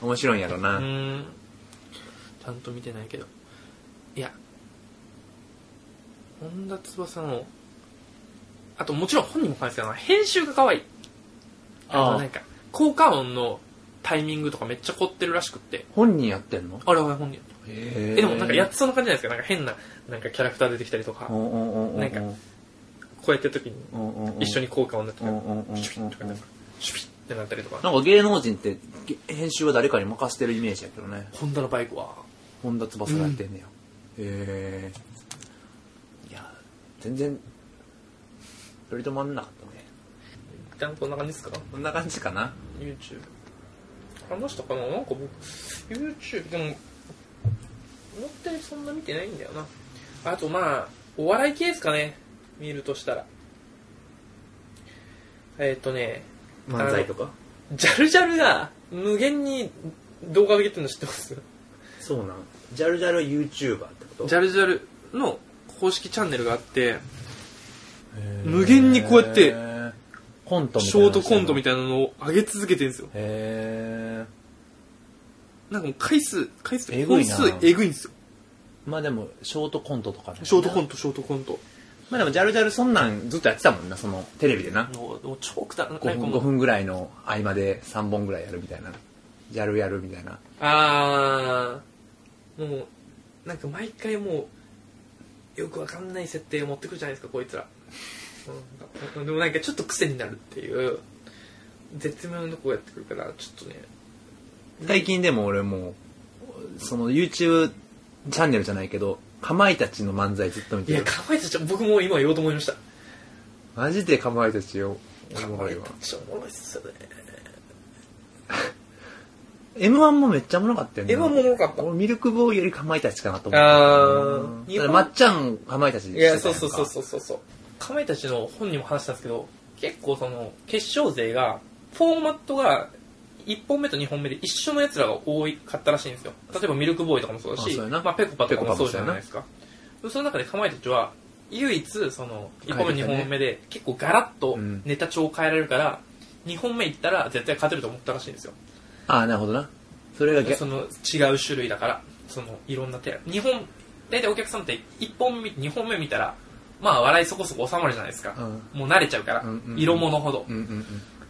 Speaker 3: 面白いんやろな、
Speaker 1: うん。ちゃんと見てないけど。いや。本田翼の、あともちろん本人も感じたのは、編集が可愛い。あ
Speaker 2: あ
Speaker 1: の、
Speaker 2: あ
Speaker 1: なんか、効果音のタイミングとかめっちゃ凝ってるらしくって。
Speaker 2: 本人やってんの
Speaker 1: あれは本人。
Speaker 2: へ
Speaker 1: え、でもなんかやってそうな感じじゃないですか。なんか変な、なんかキャラクター出てきたりとか、
Speaker 2: う
Speaker 1: こ
Speaker 2: んうんうんうん
Speaker 1: なんかうやってる時に
Speaker 2: うんうんうん
Speaker 1: 一緒に効果音だった
Speaker 2: う
Speaker 1: り
Speaker 2: ん
Speaker 1: と
Speaker 2: うんうんうんう
Speaker 1: か、
Speaker 2: ん
Speaker 1: シュピッとかなんか、シュピッってなったりとか。
Speaker 2: なんか芸能人ってげ編集は誰かに任せてるイメージやけどね
Speaker 1: ホンダのバイクは、
Speaker 2: 本田翼がやってんねや、へえいや全然取り留まんなかったね
Speaker 1: 一旦こんな感じですか
Speaker 3: こんな感じかな
Speaker 1: YouTube 話したかななんか僕 YouTube でも思ったよりそんな見てないんだよなあとまあお笑い系ですかね見るとしたらえっ、とね
Speaker 3: 漫才とか
Speaker 1: ジャルジャルが無限に動画上げてるの知ってます
Speaker 3: そうなんジャルジャル YouTuber ってこと
Speaker 1: ジャルジャルの公式チャンネルがあって無限にこうやって
Speaker 2: へーコントみ
Speaker 1: シ
Speaker 2: たい
Speaker 1: ョ
Speaker 2: な
Speaker 1: ートコントみ
Speaker 2: い
Speaker 1: たいなのを上げ続けてるんですよ
Speaker 2: なへえ
Speaker 1: なんかもう回数回数
Speaker 2: えぐ
Speaker 1: 本
Speaker 2: いな
Speaker 1: 数えぐいんですよ
Speaker 2: まあでもショートコントとかね
Speaker 1: ショートコントショートコント
Speaker 3: まあでもジャルジャルそんなんずっとやってたもんなそのテレビでな
Speaker 1: もうもう超くだらない
Speaker 2: 5
Speaker 1: こ
Speaker 2: 分
Speaker 1: の
Speaker 2: ,5 分ぐらいの合間で3本ぐらいやるみたいなジャルやるみたいな
Speaker 1: ああもうなんか毎回もうよくわかんない設定を持ってくるじゃないですかこいつら、うん、でもなんかちょっと癖になるっていう絶妙なとこやってくるからちょっとね
Speaker 2: 最近でも俺もうその YouTube チャンネルじゃないけどかまいたちの漫才ずっと見
Speaker 1: い
Speaker 2: て
Speaker 1: や
Speaker 2: る
Speaker 1: かまいたちは僕も今言おうと思いました
Speaker 2: マジでかまいたちを
Speaker 1: か
Speaker 2: おも
Speaker 1: ま
Speaker 2: ろ
Speaker 1: い
Speaker 2: いわ
Speaker 1: たちおもろいっすよね
Speaker 2: m 1もめっちゃおもろかったよね
Speaker 1: M1 もおもろかった
Speaker 2: 俺ミルクボーイよりかまいたちかなと思った
Speaker 1: あー
Speaker 2: うんただまっちゃんかまいたちして
Speaker 1: い
Speaker 2: たや
Speaker 1: や
Speaker 2: んか
Speaker 1: そうそうそうそうそうそうかまいたちの本にも話したんですけど結構その決勝勢がフォーマットが1本目と2本目で一緒のやつらが多かったらしいんですよ例えばミルクボーイとかもそうだ
Speaker 2: あ
Speaker 1: し
Speaker 2: そうやな
Speaker 1: まあ、ペコパとかもそうじゃ
Speaker 2: ペコパもそうやな
Speaker 1: ないですかその中でかまいたちは唯一その1本目2
Speaker 2: 変えてきたね
Speaker 1: 本目で結構ガラッと
Speaker 2: うん
Speaker 1: ネタ帳を変えられるから、2本目いったら絶対勝てると思ったらしいんですよ
Speaker 2: ああなるほどなそれが逆
Speaker 1: その違う種類だからそのいろんな手日本大体お客さんって1本目2本目見たらまあ笑いそこそこ収まるじゃないですか、
Speaker 2: う
Speaker 1: もう慣れちゃうから、
Speaker 2: うんうんうん
Speaker 1: 色物ほど
Speaker 2: うんうんうん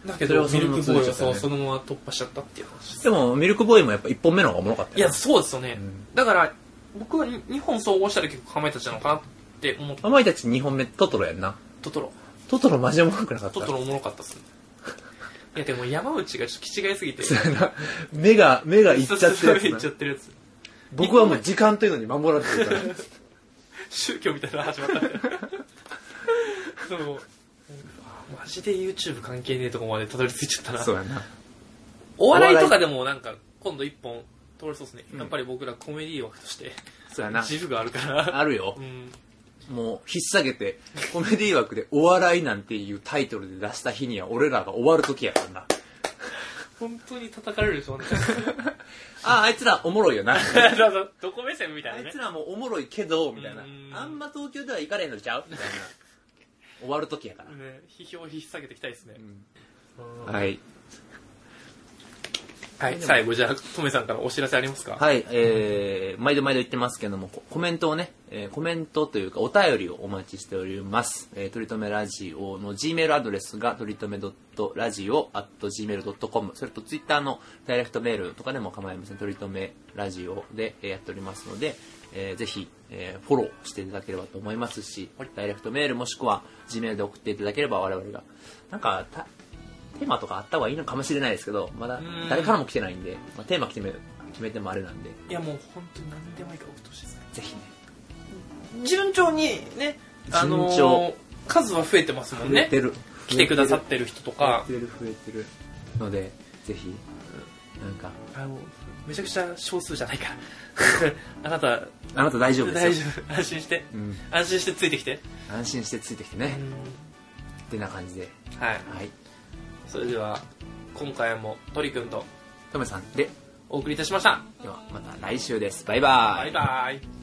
Speaker 1: だけ
Speaker 2: それ
Speaker 1: どミ
Speaker 2: をその
Speaker 1: ル
Speaker 2: まま
Speaker 1: クボーイ
Speaker 2: 続いちゃ
Speaker 1: は
Speaker 2: っ
Speaker 1: そう
Speaker 2: たね
Speaker 1: そのまま突破しちゃったっていう話です
Speaker 2: でもミルクボーイもやっぱ1本目の方がおもろかったよ
Speaker 1: い
Speaker 2: な
Speaker 1: やそうですよね、
Speaker 2: うん
Speaker 1: だから僕は2本総合したら結構かまいたちなのかなって思った
Speaker 2: かまいたち2本目トトロやんな
Speaker 1: トトロ
Speaker 2: トトロ マジおもろくなかった
Speaker 1: トトロおもろかったっすねいやでも山内がちょっと気違いすぎ て
Speaker 2: そうやな目が目がいっちゃってるやつ
Speaker 1: いっ
Speaker 2: な
Speaker 1: ちゃってるやつ
Speaker 2: 僕はもう時間というのに守られてるから
Speaker 1: 宗教みたいなの始まった みたいなそううわマジで YouTube 関係ねえとこまでたどり着いちゃ ったな
Speaker 2: そうやな
Speaker 1: お笑いとかでもなんか今度一本通れそうですね、
Speaker 2: ん
Speaker 1: やっぱり僕らコメディ枠として
Speaker 2: そうやな
Speaker 1: 自負があるから
Speaker 2: あるよ
Speaker 1: うん
Speaker 2: もう引っ提げてコメディ枠でお笑いなんていうタイトルで出した日には俺らが終わる時やからな
Speaker 1: 本当に叩かれるでしょ
Speaker 2: ああいつらおもろいよなあ
Speaker 1: なんかどこ目線みたいないね
Speaker 2: つらもおもろいけどみたいな
Speaker 1: うん
Speaker 2: あんま東京では行かれへんのちゃうみたいな終わる時やから
Speaker 1: ね批評を引っ提げていきたいですね、うん
Speaker 2: はい
Speaker 1: はい最後じゃあトメさんからお知らせありますか、
Speaker 2: はい、えー、毎度毎度言ってますけども、ココメントをね、えーコメントというかお便りをお待ちしております。えー、とりとめラジオの Gmail アドレスが、とりとめ .radio.gmail.com、それと Twitter のダイレクトメールとかでも構いません。とりとめラジオでえーやっておりますので、えーぜひ、えーフォローしていただければと思いますし、ダイレクトメールもしくは Gmail で送っていただければ我々が、なんか、たテーマとかあった方がいいのかもしれないですけど、まだ
Speaker 1: ん
Speaker 2: 誰からも来てないんで、まあ、テーマ決め決めてもあれなんで、
Speaker 1: いやもう本当に何でもいいから送ってほしいですね
Speaker 2: ぜひね、
Speaker 1: 順調にねあのー
Speaker 2: 順調
Speaker 1: 数は増えてますもんね
Speaker 2: る。
Speaker 1: 来てくださってる人とか
Speaker 2: 増えてる、増えてる。ので、ぜひ、なんか、
Speaker 1: あのめちゃくちゃ少数じゃない からあなた
Speaker 2: あなた大丈夫ですよ。
Speaker 1: 大丈夫安心して、
Speaker 2: うん
Speaker 1: 安心してついてきて、
Speaker 2: 安心してついてきてね。ってな感じで、
Speaker 1: はい
Speaker 2: はい。
Speaker 1: それでは今回も鳥くんと
Speaker 2: トメさんで、
Speaker 1: お送りいたしました
Speaker 2: ではまた来週です。バイバイ。
Speaker 1: バイバイ